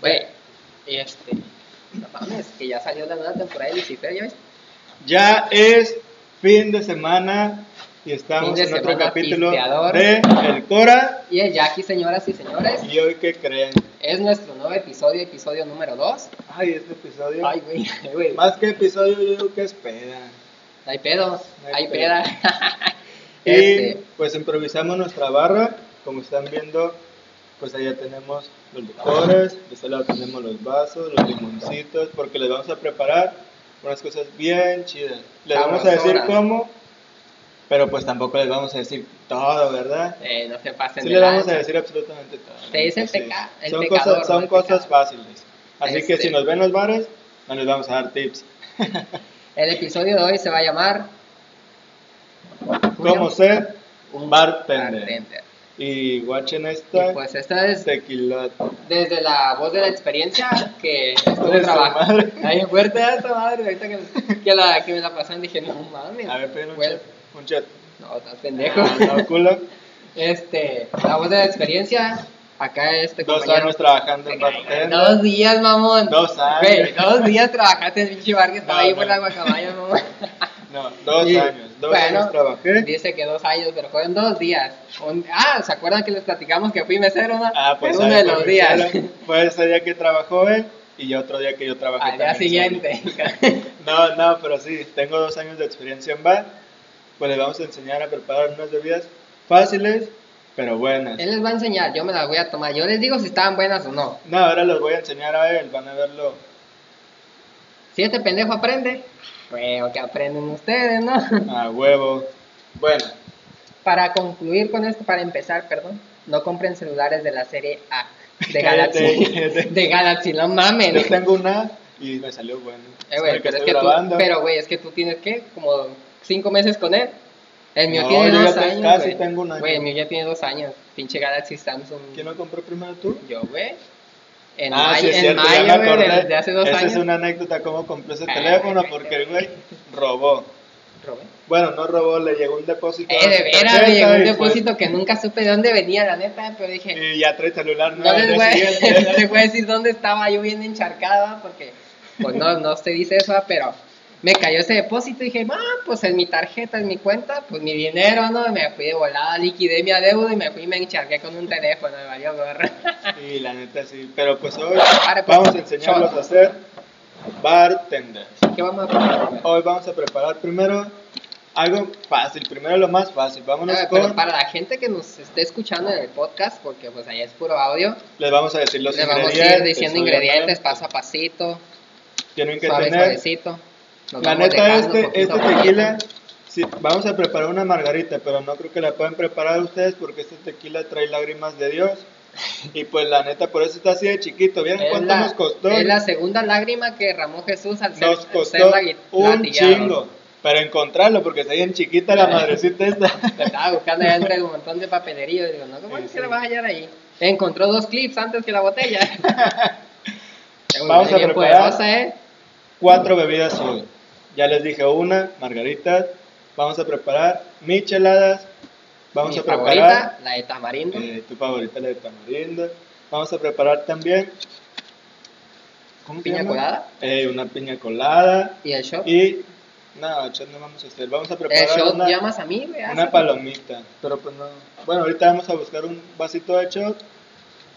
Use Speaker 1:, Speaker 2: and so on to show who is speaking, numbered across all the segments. Speaker 1: Güey, y este. No mames, que ya salió la nueva temporada de Lucifer, ¿ya ves?
Speaker 2: Ya es fin de semana y estamos
Speaker 1: Fin de
Speaker 2: en otro
Speaker 1: semana
Speaker 2: capítulo
Speaker 1: pisteador.
Speaker 2: de El Cora.
Speaker 1: Y el Jackie, señoras y señores,
Speaker 2: ¿Y hoy qué creen?
Speaker 1: es nuestro nuevo episodio, episodio número 2.
Speaker 2: Ay, este episodio.
Speaker 1: Ay, güey, ay, güey.
Speaker 2: Más que episodio, yo digo que es peda.
Speaker 1: No hay pedo,
Speaker 2: No hay
Speaker 1: hay
Speaker 2: pedo.
Speaker 1: peda.
Speaker 2: Y
Speaker 1: Este,
Speaker 2: pues improvisamos nuestra barra. Como están viendo, pues allá tenemos los licores, de este lado tenemos los vasos, los limoncitos, porque les vamos a preparar unas cosas bien chidas. Les vamos a decir
Speaker 1: Sabrosonas.
Speaker 2: cómo, pero pues tampoco les vamos a decir todo, ¿verdad?
Speaker 1: eh, no se pasen
Speaker 2: Sí
Speaker 1: de
Speaker 2: le vamos a
Speaker 1: lanza.
Speaker 2: decir absolutamente todo.
Speaker 1: Te dice el
Speaker 2: Sí.
Speaker 1: peca- el
Speaker 2: son
Speaker 1: pecador,
Speaker 2: cosas,
Speaker 1: no
Speaker 2: son
Speaker 1: el
Speaker 2: cosas
Speaker 1: pecado.
Speaker 2: fáciles. Así que
Speaker 1: Este.
Speaker 2: si nos ven en los bares, no les vamos a dar tips.
Speaker 1: El episodio de hoy se va a llamar
Speaker 2: ¿Cómo ser?
Speaker 1: un
Speaker 2: bartender.
Speaker 1: bartender.
Speaker 2: Y watchen
Speaker 1: Y
Speaker 2: esta
Speaker 1: pues esta es
Speaker 2: tequilota.
Speaker 1: desde la voz de la experiencia que
Speaker 2: De
Speaker 1: estuvo
Speaker 2: su
Speaker 1: trabajando.
Speaker 2: madre.
Speaker 1: Ahí fuerte a esta madre, ahorita que, que la, que me la pasaron dije, no mames.
Speaker 2: A ver, pégale un
Speaker 1: Güey,
Speaker 2: chat. Un chat.
Speaker 1: No, estás pendejo.
Speaker 2: Ah, no, culo.
Speaker 1: Este, la voz de la experiencia, acá este
Speaker 2: Dos
Speaker 1: compañero.
Speaker 2: años trabajando en bartender.
Speaker 1: Dos días, mamón.
Speaker 2: Dos años.
Speaker 1: Güey, dos días trabajaste en el pinche bar que estaba
Speaker 2: No,
Speaker 1: ahí
Speaker 2: no.
Speaker 1: por la guacamaya, mamón.
Speaker 2: No, dos
Speaker 1: Sí.
Speaker 2: años. Dos
Speaker 1: Bueno,
Speaker 2: años trabajé.
Speaker 1: Dice que dos años, pero fueron dos días. Un- ah, ¿se acuerdan que les platicamos que fui mesero, no?
Speaker 2: Ah, pues
Speaker 1: Uno
Speaker 2: ahí
Speaker 1: de
Speaker 2: fue
Speaker 1: los
Speaker 2: mi
Speaker 1: días.
Speaker 2: sala. Fue ese día que trabajó él y otro día que yo trabajé.
Speaker 1: Al día
Speaker 2: también solo.
Speaker 1: siguiente.
Speaker 2: No, no, pero sí, tengo dos años de experiencia en bar. Pues les vamos a enseñar a preparar unas bebidas fáciles, pero buenas.
Speaker 1: Él les va a enseñar, yo me las voy a tomar. Yo les digo si estaban buenas o no.
Speaker 2: No, ahora los voy a enseñar a él, van a verlo.
Speaker 1: Si este pendejo aprende, creo que aprenden ustedes, ¿no?
Speaker 2: A huevo. Bueno,
Speaker 1: Para concluir con esto, para empezar, perdón, no compren celulares de la serie A. De
Speaker 2: Cállate,
Speaker 1: Galaxy.
Speaker 2: cállate.
Speaker 1: de Galaxy, no mamen.
Speaker 2: yo tengo una y me salió bueno.
Speaker 1: Eh, güey,
Speaker 2: Espero
Speaker 1: pero es
Speaker 2: esté
Speaker 1: que tú,
Speaker 2: grabando.
Speaker 1: pero, güey, es que tú tienes, ¿qué? Como cinco meses con él. El mío
Speaker 2: No,
Speaker 1: tiene
Speaker 2: yo ya
Speaker 1: dos
Speaker 2: te-
Speaker 1: años,
Speaker 2: casi
Speaker 1: güey.
Speaker 2: tengo un año.
Speaker 1: Güey, el mío ya tiene dos años. Pinche Galaxy Samsung.
Speaker 2: ¿Quién lo compró primero tú?
Speaker 1: Yo, güey. En
Speaker 2: ah,
Speaker 1: mayo,
Speaker 2: sí, es
Speaker 1: en
Speaker 2: cierto,
Speaker 1: mayo,
Speaker 2: ya me
Speaker 1: güey,
Speaker 2: acordé.
Speaker 1: de, de hace dos
Speaker 2: Esa
Speaker 1: años.
Speaker 2: es una anécdota, cómo compró ese
Speaker 1: Ah,
Speaker 2: teléfono,
Speaker 1: güey,
Speaker 2: porque
Speaker 1: güey.
Speaker 2: el güey robó.
Speaker 1: Robé.
Speaker 2: Bueno, no robó, le llegó un depósito.
Speaker 1: Eh, de veras,
Speaker 2: tarjeta
Speaker 1: me llegó un
Speaker 2: y
Speaker 1: depósito que nunca supe de dónde venía, la neta, pero
Speaker 2: pues,
Speaker 1: dije,
Speaker 2: y ya trae celular, ¿no?
Speaker 1: no
Speaker 2: Al
Speaker 1: les
Speaker 2: día
Speaker 1: voy, a-
Speaker 2: siguiente.
Speaker 1: no les voy a decir dónde estaba yo bien encharcada, porque, pues no, no se dice eso, ah, pero me cayó ese depósito y dije, ah, pues en mi tarjeta, en mi cuenta, pues mi dinero, ¿no? Y me fui de volada, liquidé mi adeudo y me fui y me encharqué con un teléfono, me valió gorra.
Speaker 2: Y la neta sí, pero pues hoy
Speaker 1: Ahora, pues,
Speaker 2: vamos a enseñarlos
Speaker 1: shot.
Speaker 2: a hacer bartender.
Speaker 1: ¿Qué vamos a poner?
Speaker 2: Hoy vamos a preparar primero algo fácil, primero lo más fácil. Vámonos
Speaker 1: Ah,
Speaker 2: con.
Speaker 1: pero para la gente que nos esté escuchando en el podcast, porque pues allá es puro audio,
Speaker 2: Les vamos a decir los
Speaker 1: les vamos
Speaker 2: ingredientes.
Speaker 1: a ir diciendo ingredientes
Speaker 2: obviamente.
Speaker 1: paso a pasito,
Speaker 2: Tienen que
Speaker 1: suave,
Speaker 2: tener.
Speaker 1: suavecito. Nos
Speaker 2: La
Speaker 1: vamos
Speaker 2: neta,
Speaker 1: dejando
Speaker 2: este,
Speaker 1: poquito
Speaker 2: este
Speaker 1: a poquito.
Speaker 2: tequila, sí, vamos a preparar una margarita, pero no creo que la puedan preparar ustedes porque este tequila trae lágrimas de Dios. Y pues la neta, por eso está así de chiquito. ¿Vieron
Speaker 1: Es
Speaker 2: cuánto
Speaker 1: la-
Speaker 2: nos costó?
Speaker 1: Es la segunda lágrima que derramó Jesús al ser,
Speaker 2: Nos
Speaker 1: al ser
Speaker 2: costó
Speaker 1: lagui-
Speaker 2: un
Speaker 1: latillado.
Speaker 2: chingo. Para encontrarlo, porque está bien chiquita
Speaker 1: Eh.
Speaker 2: la madrecita esta.
Speaker 1: Lo estaba buscando allá entre un montón de papelerío. y Digo, no, ¿cómo
Speaker 2: Sí,
Speaker 1: es que
Speaker 2: sí.
Speaker 1: la vas a hallar ahí? Encontró dos clips antes que la botella. Uy,
Speaker 2: Vamos a
Speaker 1: bien
Speaker 2: preparar.
Speaker 1: poderosa, ¿eh?
Speaker 2: Cuatro bebidas hoy. Ya les dije una, margaritas. Vamos a preparar micheladas. Vamos
Speaker 1: Mi
Speaker 2: a preparar.
Speaker 1: favorita, la de tamarindo.
Speaker 2: Eh, tu favorita, la de tamarindo. Vamos a preparar también. ¿Cómo se
Speaker 1: Piña
Speaker 2: llama?
Speaker 1: colada.
Speaker 2: Eh, una piña colada.
Speaker 1: y el shot.
Speaker 2: Y. No, shot no vamos a hacer. Vamos a
Speaker 1: el
Speaker 2: preparar
Speaker 1: Eh, shot
Speaker 2: una,
Speaker 1: llamas a mí, me hace-
Speaker 2: una palomita. Pero pues no. Bueno, ahorita vamos a buscar un vasito de shot.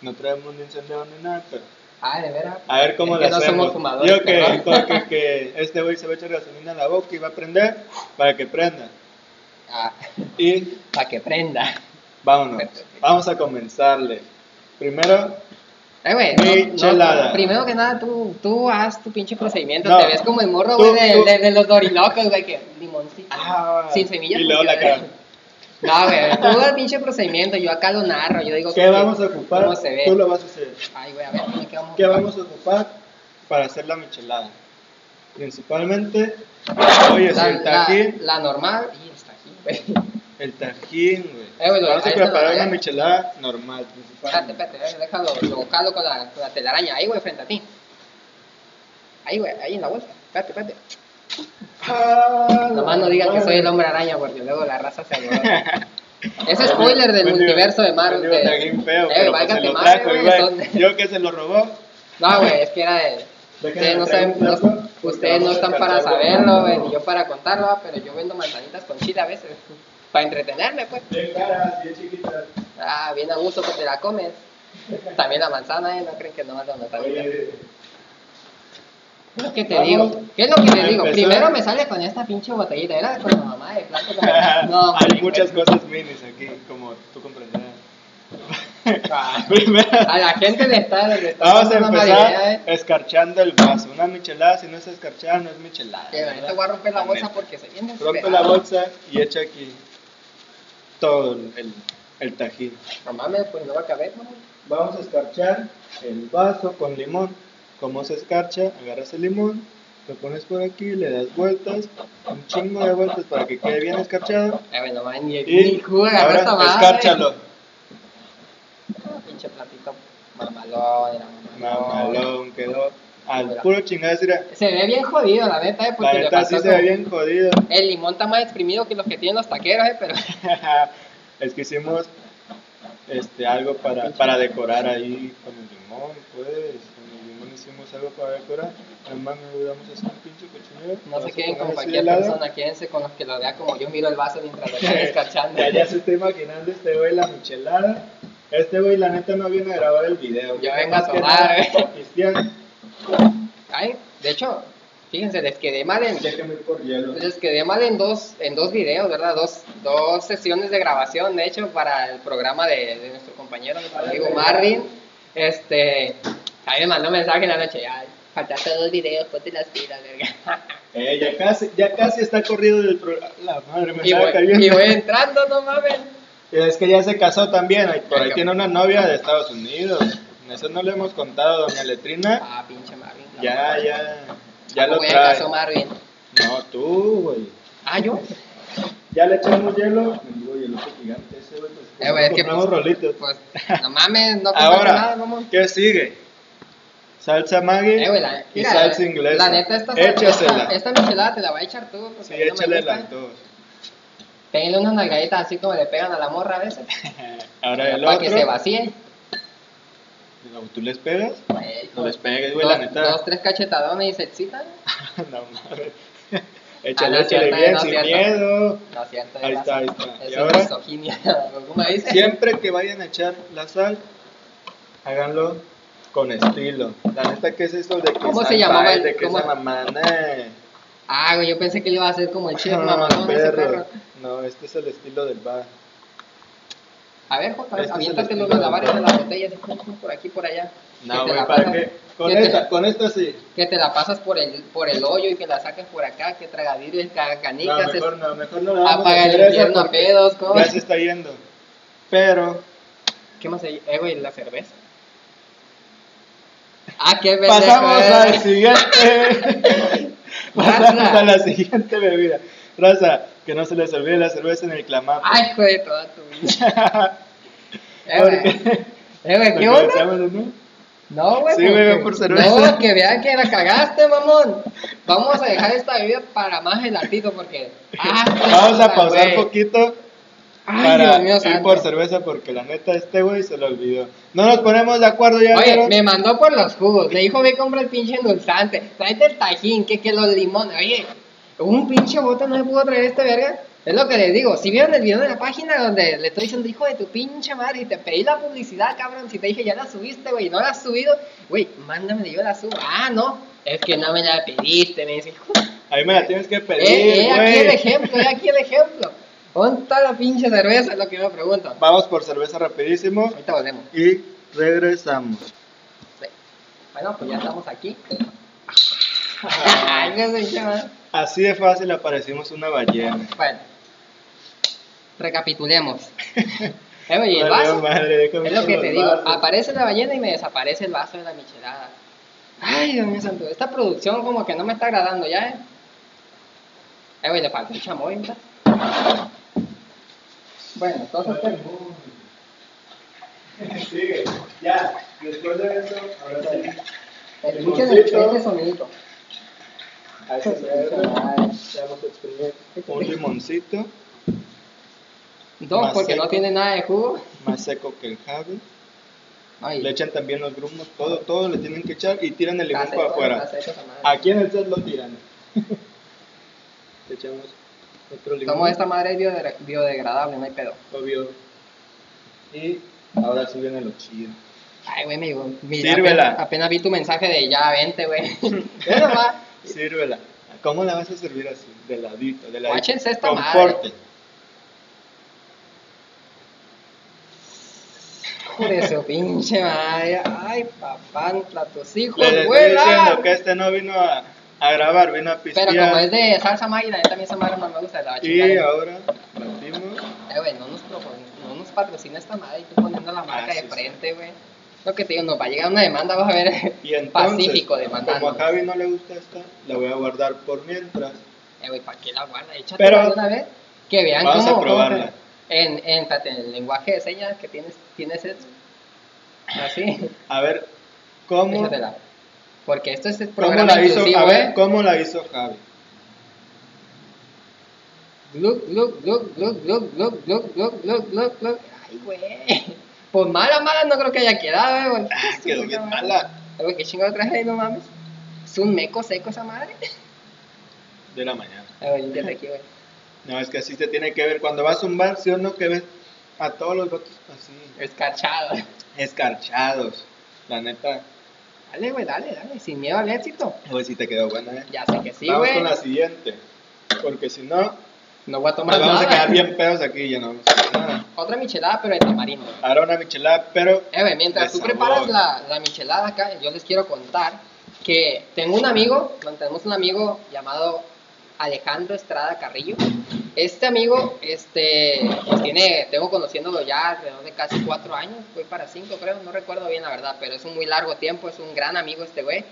Speaker 2: No traemos ni encendedor ni nada, pero.
Speaker 1: Ah, de veras.
Speaker 2: A ver cómo
Speaker 1: Es
Speaker 2: lo
Speaker 1: que no
Speaker 2: hacemos.
Speaker 1: somos fumadores,
Speaker 2: Yo que,
Speaker 1: perdón.
Speaker 2: porque que este güey se va a echar gasolina en la boca y va a prender para que prenda.
Speaker 1: Ah,
Speaker 2: Y
Speaker 1: para que prenda.
Speaker 2: vámonos. Vamos a comenzarle. Primero,
Speaker 1: Eh, güey, no- no,
Speaker 2: Michelada.
Speaker 1: primero que nada, tú, tú haz tu pinche procedimiento.
Speaker 2: Ah, No.
Speaker 1: Te ves como el morro,
Speaker 2: Tú-
Speaker 1: güey, de,
Speaker 2: tú-
Speaker 1: de- de los dorilocos, güey, que limoncito.
Speaker 2: Ah,
Speaker 1: sin semillas.
Speaker 2: Y luego la
Speaker 1: porque-
Speaker 2: cara.
Speaker 1: No, güey, tú el pinche procedimiento. Yo acá lo narro. Yo digo,
Speaker 2: ¿Qué
Speaker 1: que-
Speaker 2: vamos a ocupar?
Speaker 1: ¿Cómo se ve?
Speaker 2: Tú lo vas a hacer.
Speaker 1: Ay, güey, a ver, dime, ¿qué vamos a
Speaker 2: ¿Qué
Speaker 1: ocupar?
Speaker 2: vamos a ocupar para hacer la michelada? Principalmente, oye, sí,
Speaker 1: La, la,
Speaker 2: el tajín,
Speaker 1: la normal. Y está aquí, güey.
Speaker 2: el tajín, güey.
Speaker 1: Eh, güey, lo-
Speaker 2: vamos a
Speaker 1: ahí está,
Speaker 2: preparar
Speaker 1: eh.
Speaker 2: una michelada normal,
Speaker 1: Espérate,
Speaker 2: principalmente.
Speaker 1: espérate, eh, déjalo, lo calo con la, con la telaraña. Ahí, güey, frente a ti. Ahí, güey, ahí en la vuelta. Espérate, espérate.
Speaker 2: Ah,
Speaker 1: Nomás no digan que soy el hombre araña porque luego la raza se alborota. Es spoiler del
Speaker 2: Bendigo-
Speaker 1: multiverso de Marvel.
Speaker 2: bendigo
Speaker 1: de-
Speaker 2: tajín feo,
Speaker 1: Eh,
Speaker 2: pero pues
Speaker 1: válgate
Speaker 2: se lo
Speaker 1: madre,
Speaker 2: trajo,
Speaker 1: güey,
Speaker 2: güey.
Speaker 1: entonces.
Speaker 2: Yo que se lo robó,
Speaker 1: No, güey, es que era de. Ustedes no, saben, no- ustedes no están para saberlo, güey, ni yo para contarlo, ah, pero yo vendo manzanitas con chile a veces. Para entretenerme, pues.
Speaker 2: De caras, bien chiquitas.
Speaker 1: Ah, bien a gusto que te la comes. También la manzana, ¿eh? No creen que nomás la manzanita.
Speaker 2: Oye,
Speaker 1: ¿Qué que te
Speaker 2: Vamos.
Speaker 1: digo? ¿Qué es lo que te
Speaker 2: A
Speaker 1: digo?
Speaker 2: empezar.
Speaker 1: Primero me sale con esta pinche botellita, era con la mamá de plato. con- No,
Speaker 2: Hay
Speaker 1: hombre,
Speaker 2: muchas
Speaker 1: güey.
Speaker 2: cosas minis aquí, como tú comprenderás.
Speaker 1: Ah,
Speaker 2: Primero,
Speaker 1: A la gente le está. le está
Speaker 2: vamos a
Speaker 1: dando una maridea,
Speaker 2: empezar
Speaker 1: ¿eh?
Speaker 2: escarchando el vaso. Una michelada, si no es escarchada, no es michelada.
Speaker 1: Que la
Speaker 2: ¿verdad?
Speaker 1: gente voy a romper la bolsa
Speaker 2: Amén.
Speaker 1: porque se viene.
Speaker 2: Rompe la
Speaker 1: desesperado.
Speaker 2: bolsa y echa aquí todo el, el tajín.
Speaker 1: No mames, pues no va a caber, ¿no?
Speaker 2: Vamos a escarchar el vaso con limón. ¿Cómo se escarcha? Agarras el limón, lo pones por aquí, le das vueltas, un chingo de vueltas para que quede bien escarchado.
Speaker 1: Eh, güey, no mames, ni, ni
Speaker 2: Y
Speaker 1: jugo agarró
Speaker 2: ahora
Speaker 1: esta madre.
Speaker 2: escárchalo.
Speaker 1: Pinche platito mamalón, era mamalón.
Speaker 2: Mamalón, quedó al puro chingazo. mira.
Speaker 1: Se ve bien jodido, la neta, eh,
Speaker 2: La
Speaker 1: porque le
Speaker 2: neta
Speaker 1: pasó
Speaker 2: sí se
Speaker 1: como-
Speaker 2: ve bien jodido.
Speaker 1: El limón está más exprimido que los que tienen los taqueros, eh, pero
Speaker 2: es que hicimos este algo para, para decorar ahí con el limón, pues. Con el limón hicimos algo para decorar. Nomás no dudamos hacer un pinche cochinero.
Speaker 1: no se queden con
Speaker 2: como
Speaker 1: cualquier persona, quédense con los que lo vea como yo miro el vaso mientras lo están descachando.
Speaker 2: Ya, ya se está imaginando este güey la michelada. Este güey, la neta, no viene a grabar el video.
Speaker 1: Yo
Speaker 2: Nada
Speaker 1: vengo a
Speaker 2: más que
Speaker 1: tomar,
Speaker 2: nada,
Speaker 1: eh.
Speaker 2: a pistear.
Speaker 1: Ay, de hecho, fíjense, les quedé mal en,
Speaker 2: Déjame ir por hielo.
Speaker 1: les quedé mal en dos, en dos videos, ¿verdad? Dos, dos sesiones de grabación, de hecho, para el programa de, de nuestro compañero, nuestro amigo Marvin. Este, ahí me mandó un mensaje en la noche, ay, faltaste dos videos, ponte las pilas, verga.
Speaker 2: Eh, ya casi, ya casi está corrido del programa. La madre me
Speaker 1: Y
Speaker 2: estaba
Speaker 1: voy,
Speaker 2: cayendo.
Speaker 1: y voy entrando, no mames.
Speaker 2: Es que ya se casó también, ahí- por ahí
Speaker 1: Ya,
Speaker 2: tiene una novia de Estados Unidos. Eso no le hemos contado, doña Letrina.
Speaker 1: Ah, pinche Marvin. la
Speaker 2: Ya,
Speaker 1: mamá.
Speaker 2: ya, ya lo
Speaker 1: Voy a caso,
Speaker 2: trae.
Speaker 1: Marvin.
Speaker 2: No, tú, güey.
Speaker 1: Ah, yo.
Speaker 2: Ya le echamos hielo. Me digo, hielote gigante ese, güey. Pues,
Speaker 1: Eh, güey, es que
Speaker 2: compramos
Speaker 1: pues-
Speaker 2: rolitos.
Speaker 1: Pues, no mames, no compré nada,
Speaker 2: Ahora,
Speaker 1: mamón.
Speaker 2: ¿qué sigue? Salsa Maggi
Speaker 1: Eh, güey, la,
Speaker 2: y
Speaker 1: mira,
Speaker 2: salsa inglesa.
Speaker 1: La neta, esta,
Speaker 2: Échasela.
Speaker 1: esta, esta michelada te la va a echar tú. porque
Speaker 2: sí,
Speaker 1: a mí no me
Speaker 2: échale
Speaker 1: gusta.
Speaker 2: las dos.
Speaker 1: Pégale unas nalgaditas así como le pegan a la morra a veces.
Speaker 2: Ahora el
Speaker 1: para que se
Speaker 2: otro.
Speaker 1: vacíe.
Speaker 2: ¿Tú les pegas?
Speaker 1: Güey,
Speaker 2: No les pegues, güey,
Speaker 1: dos,
Speaker 2: la neta.
Speaker 1: dos, tres cachetadones y se excitan.
Speaker 2: No mames.
Speaker 1: Ah, no
Speaker 2: Échale,
Speaker 1: es
Speaker 2: échale
Speaker 1: cierto,
Speaker 2: bien,
Speaker 1: no es
Speaker 2: sin
Speaker 1: cierto.
Speaker 2: miedo.
Speaker 1: No es cierto.
Speaker 2: Ahí
Speaker 1: es
Speaker 2: está, ahí
Speaker 1: raza.
Speaker 2: está. ¿Y
Speaker 1: Eso es
Speaker 2: ahora?
Speaker 1: misoginia. ¿Cómo dice?
Speaker 2: Siempre que vayan a echar la sal, háganlo con estilo. La neta, ¿qué es eso de que
Speaker 1: ¿Cómo
Speaker 2: sal
Speaker 1: se llamaba
Speaker 2: país,
Speaker 1: el-
Speaker 2: de que
Speaker 1: cómo-
Speaker 2: esa mamada?
Speaker 1: Ah, güey, yo pensé que le iba a hacer como el chef, mamá.
Speaker 2: No,
Speaker 1: No, ese perro.
Speaker 2: Ah, No, este es el estilo del bar.
Speaker 1: A ver, Jota,
Speaker 2: Este es el
Speaker 1: aviéntatelo
Speaker 2: estilo
Speaker 1: los
Speaker 2: de
Speaker 1: lavares
Speaker 2: acá.
Speaker 1: de la botella, así, pum, pum, por aquí, por allá.
Speaker 2: No,
Speaker 1: te
Speaker 2: güey,
Speaker 1: Este la
Speaker 2: ¿para
Speaker 1: pasas-
Speaker 2: qué? Con
Speaker 1: que te-
Speaker 2: esta, con esta sí.
Speaker 1: Que te la pasas por el, por el hoyo y que la saques por acá, que tragadillo y ca-
Speaker 2: No,
Speaker 1: canicas.
Speaker 2: mejor no, mejor no. la vamos a
Speaker 1: apaga
Speaker 2: hacer
Speaker 1: el
Speaker 2: esa
Speaker 1: infierno a
Speaker 2: porque
Speaker 1: pedos, ¿cómo?
Speaker 2: Ya se está yendo. Pero,
Speaker 1: ¿Qué más hay? Eh, güey, la cerveza. Ah, qué pendejo.
Speaker 2: pasamos
Speaker 1: eh.
Speaker 2: al siguiente. pasamos
Speaker 1: Raza.
Speaker 2: a la siguiente bebida. Raza, que no se les olvide la cerveza en el clamato.
Speaker 1: Ay, hijo de toda tu vida. Eh,
Speaker 2: ¿Por
Speaker 1: güey.
Speaker 2: qué?
Speaker 1: Eh, güey,
Speaker 2: Porque
Speaker 1: ¿qué onda?
Speaker 2: deseamos, ¿no?
Speaker 1: No, güey.
Speaker 2: Sí,
Speaker 1: pues,
Speaker 2: güey, ve
Speaker 1: que-
Speaker 2: por cerveza.
Speaker 1: No, que vean que la cagaste, mamón. Vamos a dejar esta bebida para más gelatito porque. Ah,
Speaker 2: Vamos a
Speaker 1: puta,
Speaker 2: pausar
Speaker 1: güey.
Speaker 2: poquito
Speaker 1: Ay,
Speaker 2: para
Speaker 1: Dios mío,
Speaker 2: ir
Speaker 1: santo.
Speaker 2: por cerveza porque la neta este güey se lo olvidó. No nos ponemos de acuerdo ya,
Speaker 1: Oye,
Speaker 2: vieron?
Speaker 1: me mandó por los jugos. Me dijo, ve, compra el pinche endulzante. Tráete el tajín, que, que los limones. Oye, un pinche bote no me pudo traer este verga. Es lo que les digo. Si vieron el video de la página donde le estoy diciendo, hijo de tu pinche madre, y te pedí la publicidad, cabrón. Si te dije, ya la subiste, güey, no la has subido. Güey, mándame, yo la subo. Ah, no. Es que no me la pediste, me dice. hijo.
Speaker 2: Ahí me la tienes que
Speaker 1: Eh,
Speaker 2: pedir,
Speaker 1: eh, aquí el
Speaker 2: güey.
Speaker 1: ejemplo, eh, aquí el ejemplo. ¿Dónde está la pinche cerveza? Es lo que me preguntan.
Speaker 2: Vamos por cerveza rapidísimo
Speaker 1: Ahorita volvemos.
Speaker 2: y regresamos.
Speaker 1: Sí. Bueno, pues ya estamos aquí. Ay, no sé qué más.
Speaker 2: Así de fácil aparecimos una ballena.
Speaker 1: Bueno, recapitulemos. Eh, oye, el
Speaker 2: Vale,
Speaker 1: vaso.
Speaker 2: madre, déjame
Speaker 1: Es lo que
Speaker 2: los
Speaker 1: te digo.
Speaker 2: vasos.
Speaker 1: Aparece la ballena y me desaparece el vaso de la michelada. Ay, Dios mío santo. Esta producción como que no me está agradando ya, ¿eh? Eh, güey, le faltó el chamoy, ¿verdad? Bueno, entonces... pues, ¿qué?
Speaker 2: Sigue, ya. Después de eso, ahora sí.
Speaker 1: Escuchen este sonidito.
Speaker 2: A ese cerdo le vamos a exprimir un limoncito
Speaker 1: Dos,
Speaker 2: Más
Speaker 1: porque no
Speaker 2: seco.
Speaker 1: tiene nada de jugo.
Speaker 2: más seco que el jave.
Speaker 1: Ay.
Speaker 2: Le echan también los grumos, todo, todo le tienen que echar y tiran el limón
Speaker 1: Está
Speaker 2: para
Speaker 1: seco,
Speaker 2: afuera.
Speaker 1: está seco esa madre.
Speaker 2: Aquí en el set lo tiran. Le echamos otro limón.
Speaker 1: Como esta madre es biodegre- biodegradable, no hay pedo.
Speaker 2: Obvio. Y ahora sí viene lo chido.
Speaker 1: Ay, güey, me digo, mira,
Speaker 2: Sírvela.
Speaker 1: Apenas, apenas vi tu mensaje de ya, vente, güey. Pero va,
Speaker 2: Sírvela. ¿Cómo la vas a servir así? De ladito, de ladito.
Speaker 1: Guáchense esta madre.
Speaker 2: Comporte.
Speaker 1: joder, su pinche madre. Ay, papá, para tus hijos,
Speaker 2: Les estoy
Speaker 1: güey.
Speaker 2: diciendo que este no vino a, a grabar, vino a pistear.
Speaker 1: Pero como es de salsa magra, a mí también esa madre no me gusta, la va a chingar.
Speaker 2: Y ahora partimos.
Speaker 1: Eh, güey, no nos, propon- no nos patrocina esta madre y tú poniendo la marca
Speaker 2: Ah,
Speaker 1: de
Speaker 2: sí, sí.
Speaker 1: frente, güey. Lo que te digo, nos va a llegar una demanda, vas a ver.
Speaker 2: Y entonces,
Speaker 1: Pacífico
Speaker 2: como
Speaker 1: demandando.
Speaker 2: a Javi no le gusta esta, la voy a guardar por mientras.
Speaker 1: Eh, güey, ¿para qué la guarda?
Speaker 2: Pero-
Speaker 1: Échatela de una vez. Que vean
Speaker 2: Vamos a
Speaker 1: cómo. cómo-
Speaker 2: probarla.
Speaker 1: en, en, espérate, en el lenguaje de señas que tienes, tienes eso. Así.
Speaker 2: A ver, ¿cómo,
Speaker 1: Échatela. Porque esto es el
Speaker 2: cómo
Speaker 1: programa
Speaker 2: la hizo, a
Speaker 1: inclusivo,
Speaker 2: ver,
Speaker 1: eh.
Speaker 2: ¿cómo la hizo Javi?
Speaker 1: Look, look, look, look, look, look, look, look, look, look, look. Ay, güey. Pues mala, mala no creo que haya quedado, eh, güey.
Speaker 2: Ah, quedó bien mala.
Speaker 1: Ay, Eh, güey, qué chingado traje ahí, no mames. Es un meco seco esa madre.
Speaker 2: De la mañana.
Speaker 1: Ay, güey, límpiate aquí, güey.
Speaker 2: No, es que así se tiene que ver. Cuando vas a un bar, sí o no, que ves a todos los vatos así,
Speaker 1: Escarchado.
Speaker 2: escarchados. La neta,
Speaker 1: Dale, güey, dale, dale. Sin miedo al éxito.
Speaker 2: a ver si te quedó buena, ¿eh?
Speaker 1: Ya sé que sí,
Speaker 2: vamos
Speaker 1: güey.
Speaker 2: con la siguiente. Porque si no,
Speaker 1: No voy a tomar
Speaker 2: nos vamos a
Speaker 1: Pues nada.
Speaker 2: quedar bien pedos aquí y ya no vamos a hacer nada.
Speaker 1: Otra michelada, pero de tamarindo.
Speaker 2: Ahora una michelada, pero
Speaker 1: Eh, güey, mientras
Speaker 2: De
Speaker 1: tú
Speaker 2: sabor.
Speaker 1: preparas la, la michelada acá, yo les quiero contar que tengo un amigo, bueno, tenemos un amigo llamado Alejandro Estrada Carrillo. Este amigo, este, pues tiene, tengo conociéndolo ya alrededor de casi cuatro años, fue para cinco creo, no recuerdo bien la verdad, pero es un muy largo tiempo, es un gran amigo este güey.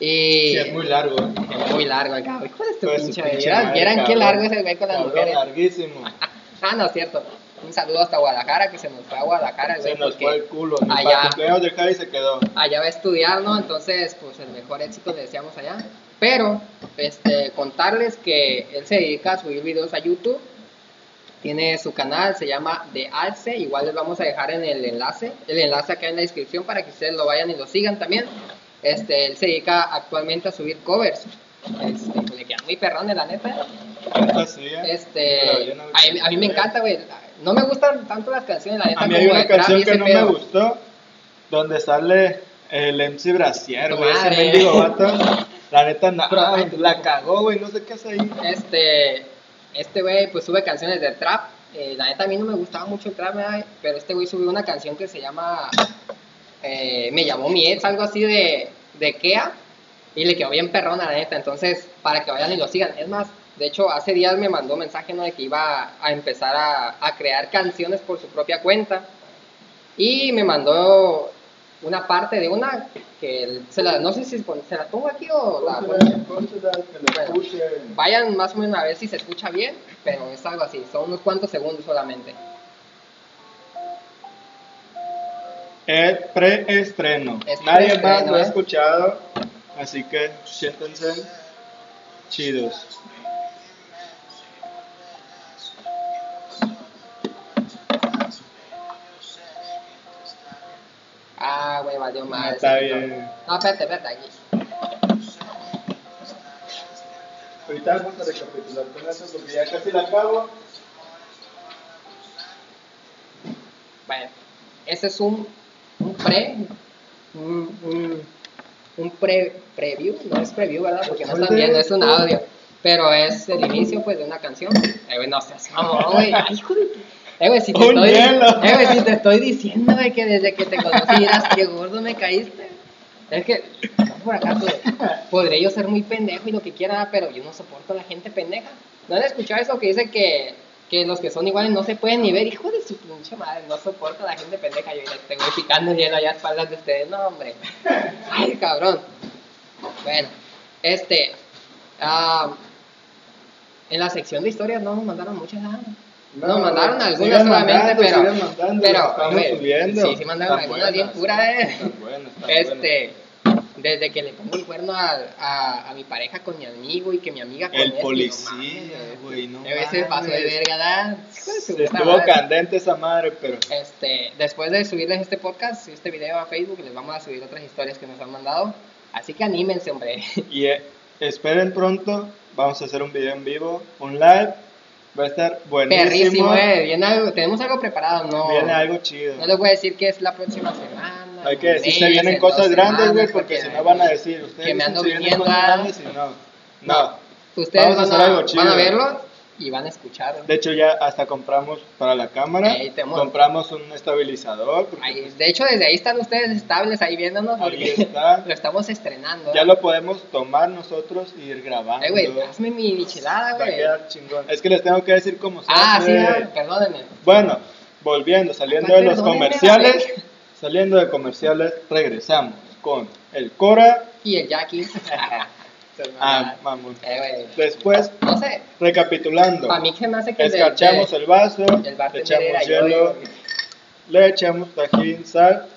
Speaker 1: Y
Speaker 2: sí, es muy largo. ¿eh?
Speaker 1: es muy largo acá, güey. ¿Cuál es tu
Speaker 2: Pues,
Speaker 1: este pinche
Speaker 2: pinche
Speaker 1: güey? ¿Vieran,
Speaker 2: madre,
Speaker 1: vieran qué
Speaker 2: cabrón.
Speaker 1: largo es el güey con las
Speaker 2: Cabrón,
Speaker 1: mujeres?
Speaker 2: larguísimo.
Speaker 1: Ah, no, es cierto. Un saludo hasta Guadalajara, que se nos fue a Guadalajara, Ah, güey,
Speaker 2: Se nos
Speaker 1: porque-
Speaker 2: fue el culo. ni
Speaker 1: Allá.
Speaker 2: Para el cumpleaños de Javi se quedó.
Speaker 1: allá va a estudiar, ¿no? Entonces, pues el mejor éxito le deseamos allá. Pero, este, contarles que él se dedica a subir videos a YouTube. Tiene su canal, se llama The Alce. Igual les vamos a dejar en el enlace, el enlace acá en la descripción para que ustedes lo vayan y lo sigan también. Este, él se dedica actualmente a subir covers. Este, pues, le quedan muy perrones, la neta.
Speaker 2: Así, ¿eh? Pero
Speaker 1: Este,
Speaker 2: yo no-
Speaker 1: a mí, a mí me encanta, güey. No me gustan tanto las canciones, la neta.
Speaker 2: A mí hay
Speaker 1: como
Speaker 2: una
Speaker 1: de trap y
Speaker 2: canción que
Speaker 1: ese
Speaker 2: no me
Speaker 1: pedo.
Speaker 2: gustó, donde sale el MC Brasier, güey, ese
Speaker 1: Madre.
Speaker 2: mendigo vato. La neta, na-
Speaker 1: Pero, ay,
Speaker 2: la cagó, güey, no sé qué hace ahí.
Speaker 1: Este, este güey pues sube canciones de trap. Eh, la neta a mí no me gustaba mucho el trap, ¿verdad? pero este güey subió una canción que se llama eh, Me llamó mi ex, algo así de, de Kea. Y le quedó bien perrona, la neta. Entonces, para que vayan y lo sigan. Es más, de hecho, hace días me mandó mensaje ¿no? de que iba a empezar a, a crear canciones por su propia cuenta. Y me mandó una parte de una que él- se la, no sé si pon- se la pongo aquí o la pongo. Bueno, Vayan más o menos a ver si se escucha bien, pero es algo así, son unos cuantos segundos solamente.
Speaker 2: Es preestreno.
Speaker 1: Es
Speaker 2: Nadie
Speaker 1: preestreno,
Speaker 2: más lo ha
Speaker 1: ¿eh?
Speaker 2: escuchado, así que siéntense chidos.
Speaker 1: Ah, güey, valió madre.
Speaker 2: está
Speaker 1: ese
Speaker 2: bien.
Speaker 1: pito. No, espérate, espérate, aquí.
Speaker 2: Ahorita vamos a recapitular con eso porque ya casi la acabo.
Speaker 1: Bueno, ese es un, un pre. Un, un- un pre, preview, no es preview, ¿verdad? Porque no están viendo, es un audio. Pero es el inicio, pues, de una canción. Eh, güey, no seas mamón, güey. Ay, hijo de... Eh, güey, si te,
Speaker 2: Un
Speaker 1: estoy,
Speaker 2: hielo.
Speaker 1: eh, güey, si te estoy diciendo, güey, que desde que te conocí, eras que gordo me caíste. Es que, estás por acá, tú, podré yo ser muy pendejo y lo que quiera, pero yo no soporto a la gente pendeja. ¿No han escuchado eso que dice que, que los que son iguales no se pueden ni ver? Hijo de su pinche madre, no soporto a la gente pendeja. Yo diría, este güey picando el hielo allá a espaldas de ustedes. No, hombre. Ay, cabrón. Bueno, este. ah, en la sección de historias no nos mandaron muchas nada.
Speaker 2: No, pues,
Speaker 1: nos mandaron
Speaker 2: sigan
Speaker 1: algunas solamente,
Speaker 2: mandando,
Speaker 1: pero.
Speaker 2: sigan mandando,
Speaker 1: pero,
Speaker 2: estamos
Speaker 1: güey,
Speaker 2: subiendo.
Speaker 1: Sí, sí mandaron
Speaker 2: Están
Speaker 1: algunas bien
Speaker 2: buenas,
Speaker 1: puras, eh.
Speaker 2: están buenas, están buenas.
Speaker 1: Este, Desde que le pongo el cuerno a, a, a mi pareja con mi amigo y que mi amiga con
Speaker 2: El
Speaker 1: él,
Speaker 2: policía, güey, no.
Speaker 1: no mames, a veces pasó de
Speaker 2: mames.
Speaker 1: verga, da. hijo de su puta
Speaker 2: Estuvo
Speaker 1: madre.
Speaker 2: candente esa madre, pero
Speaker 1: Este, después de subirles este podcast, este video a Facebook, les vamos a subir otras historias que nos han mandado. Así que anímense, hombre.
Speaker 2: Y eh, esperen pronto, vamos a hacer un video en vivo, un live. Va a estar buenísimo.
Speaker 1: Perrísimo, eh. Viene algo, tenemos algo preparado, ¿no?
Speaker 2: Viene algo chido.
Speaker 1: No les voy a decir que es la próxima semana.
Speaker 2: Hay que
Speaker 1: en un
Speaker 2: decir, se
Speaker 1: mes,
Speaker 2: vienen
Speaker 1: en
Speaker 2: cosas
Speaker 1: dos
Speaker 2: grandes, güey,
Speaker 1: semanas,
Speaker 2: porque si no van a decir, ustedes
Speaker 1: que me
Speaker 2: dicen,
Speaker 1: ando
Speaker 2: "Se vienen
Speaker 1: viniendo
Speaker 2: cosas
Speaker 1: a-
Speaker 2: grandes", y no. No.
Speaker 1: Ustedes
Speaker 2: Vamos a
Speaker 1: van,
Speaker 2: hacer
Speaker 1: a,
Speaker 2: algo chido.
Speaker 1: van a verlo y van a escuchar.
Speaker 2: De hecho, ya hasta compramos para la cámara,
Speaker 1: Ey, te mo-
Speaker 2: compramos un estabilizador, porque
Speaker 1: Ahí- de hecho, desde ahí están ustedes estables ahí viéndonos
Speaker 2: ahí
Speaker 1: porque
Speaker 2: está.
Speaker 1: lo estamos estrenando.
Speaker 2: Ya lo podemos tomar nosotros y ir grabando.
Speaker 1: Ay, güey, hazme mi michelada,
Speaker 2: Va a
Speaker 1: güey.
Speaker 2: quedar chingón. Es que les tengo que decir cómo se
Speaker 1: Ah, sí,
Speaker 2: hace.
Speaker 1: ah, perdónenme.
Speaker 2: Bueno, volviendo, saliendo de los
Speaker 1: Perdónenme,
Speaker 2: comerciales,
Speaker 1: la
Speaker 2: saliendo de comerciales, regresamos con el Cora
Speaker 1: Y el Jackie. Ah,
Speaker 2: a Mamut.
Speaker 1: Eh, güey.
Speaker 2: Después,
Speaker 1: No sé,
Speaker 2: recapitulando,
Speaker 1: para mí que me hace que el de-
Speaker 2: escarchamos
Speaker 1: de-
Speaker 2: el vaso,
Speaker 1: el
Speaker 2: le
Speaker 1: bartender
Speaker 2: echamos
Speaker 1: era yo,
Speaker 2: hielo,
Speaker 1: güey.
Speaker 2: le echamos tajín, sal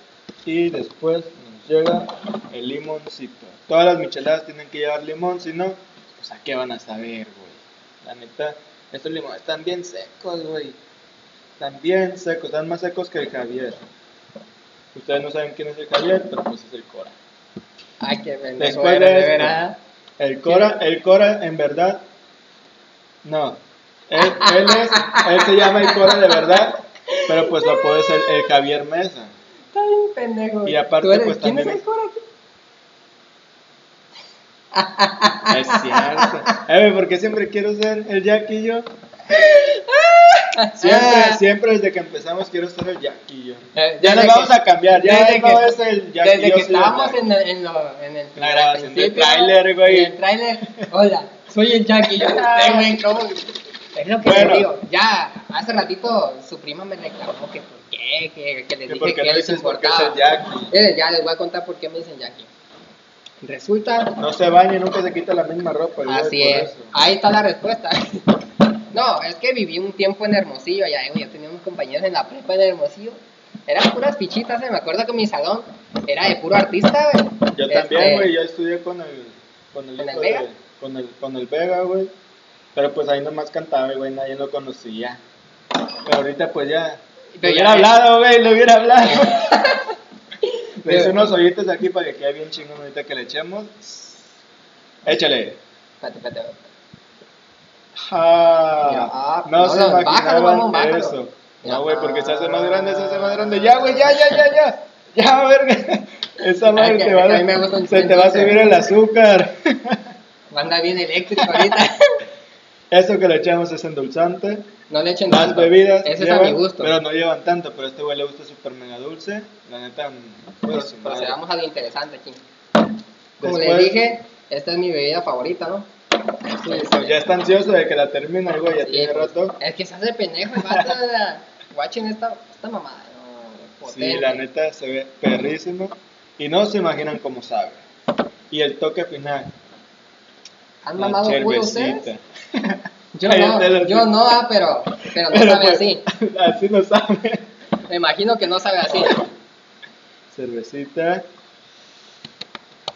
Speaker 2: y después nos llega el limoncito. Todas las micheladas tienen que llevar limón, si no, pues a qué van a saber, güey. La neta, estos limones están bien secos, güey. Están bien secos, están más secos que el Javier. Ustedes no saben quién es el Javier, pero pues es el Cora.
Speaker 1: Ay, qué pendejo,
Speaker 2: Después
Speaker 1: era,
Speaker 2: de
Speaker 1: de
Speaker 2: esto.
Speaker 1: verdad.
Speaker 2: El Cora, el Cora en verdad, no. Él, él es, él se llama el Cora de verdad, pero pues lo puede ser el Javier Mesa.
Speaker 1: Está bien pendejo.
Speaker 2: Y aparte,
Speaker 1: ¿Tú eres-
Speaker 2: pues,
Speaker 1: ¿Quién
Speaker 2: también-
Speaker 1: es el cura aquí?
Speaker 2: Es cierto. Eh, güey, ¿por qué siempre quiero ser el Jack y yo? Siempre,
Speaker 1: Ah.
Speaker 2: siempre desde que empezamos quiero ser el Jack y yo.
Speaker 1: Eh,
Speaker 2: Ya nos
Speaker 1: desde
Speaker 2: vamos
Speaker 1: que-
Speaker 2: a cambiar, ya
Speaker 1: desde
Speaker 2: no
Speaker 1: que-
Speaker 2: es el Jack y
Speaker 1: Desde
Speaker 2: yo.
Speaker 1: que
Speaker 2: soy el
Speaker 1: estábamos
Speaker 2: Jack.
Speaker 1: en, el- en, lo- en el
Speaker 2: La grabación del
Speaker 1: principio,
Speaker 2: tráiler, güey.
Speaker 1: En el tráiler. Hola, soy el Jackie. Yo, "Ay, güey, ¿cómo?". Es lo que
Speaker 2: Bueno.
Speaker 1: le digo. Ya, hace ratito su prima me reclamó que por qué, que, que les
Speaker 2: Que
Speaker 1: dije
Speaker 2: porque
Speaker 1: que
Speaker 2: no
Speaker 1: les
Speaker 2: dices por qué es
Speaker 1: importaba.
Speaker 2: el Jack.
Speaker 1: Miren, ya les voy a contar por qué me dicen Jackie. Resulta,
Speaker 2: No se baña, nunca se quita la misma ropa. yo
Speaker 1: así
Speaker 2: Pues, por
Speaker 1: es.
Speaker 2: eso.
Speaker 1: Ahí está la respuesta. No, es que viví un tiempo en Hermosillo, ya, güey, yo tenía unos compañeros en la prepa en Hermosillo. Eran puras fichitas, eh, me acuerdo que mi salón era de puro artista, güey.
Speaker 2: Yo
Speaker 1: Este,
Speaker 2: también, güey, yo estudié con el... Con el,
Speaker 1: ¿Con el
Speaker 2: hijo
Speaker 1: Vega?
Speaker 2: de- con el, con el Vega, güey. Pero pues ahí nomás cantaba, güey, nadie lo conocía. Pero ahorita pues ya...
Speaker 1: Pero
Speaker 2: le
Speaker 1: ya
Speaker 2: hubiera
Speaker 1: ves.
Speaker 2: hablado, güey, le hubiera hablado. le hice
Speaker 1: Pero-
Speaker 2: unos hoyitos aquí para que quede bien chingón ahorita que le echemos. Échale.
Speaker 1: Espérate, espérate, espérate. Mira,
Speaker 2: Ah,
Speaker 1: ah,
Speaker 2: no,
Speaker 1: no,
Speaker 2: se
Speaker 1: no, bájalo,
Speaker 2: imaginaban
Speaker 1: vamos, bájalo.
Speaker 2: eso.
Speaker 1: Ya.
Speaker 2: No, güey, porque se hace más grande, se hace más grande. Ya, güey, ya, ya, ya, ya. Ya, verga. Esa madre
Speaker 1: que-
Speaker 2: te va
Speaker 1: a mí me gusta
Speaker 2: a,
Speaker 1: un
Speaker 2: se te va a
Speaker 1: chingón,
Speaker 2: subir el azúcar.
Speaker 1: Anda bien eléctrico ahorita.
Speaker 2: Eso que le echamos es endulzante.
Speaker 1: No le echen
Speaker 2: Las
Speaker 1: tanto.
Speaker 2: bebidas.
Speaker 1: Ese
Speaker 2: llevan,
Speaker 1: es a mi gusto.
Speaker 2: Pero no llevan tanto, pero a este güey le gusta super mega dulce. La neta, pues, su madre.
Speaker 1: Procedamos a lo interesante aquí. Como
Speaker 2: Después-
Speaker 1: les dije, esta es mi bebida favorita, ¿no?
Speaker 2: Pues ya está ansioso de que la termine el güey, ya
Speaker 1: Sí,
Speaker 2: tiene
Speaker 1: pues,
Speaker 2: rato.
Speaker 1: Es que se hace pendejo, el vato, o sea, Guachen esta, esta mamada. No,
Speaker 2: Sí,
Speaker 1: potente.
Speaker 2: la neta se ve perrísimo. Y no se imaginan cómo sabe. Y el toque final.
Speaker 1: ¿Han
Speaker 2: la
Speaker 1: mamado culo
Speaker 2: cervecita.
Speaker 1: ustedes? Yo
Speaker 2: Ahí está
Speaker 1: no,
Speaker 2: la-
Speaker 1: yo no, ah, pero, pero no
Speaker 2: Pero
Speaker 1: sabe
Speaker 2: pues,
Speaker 1: así.
Speaker 2: Así no sabe.
Speaker 1: Me imagino que no sabe así.
Speaker 2: Cervecita.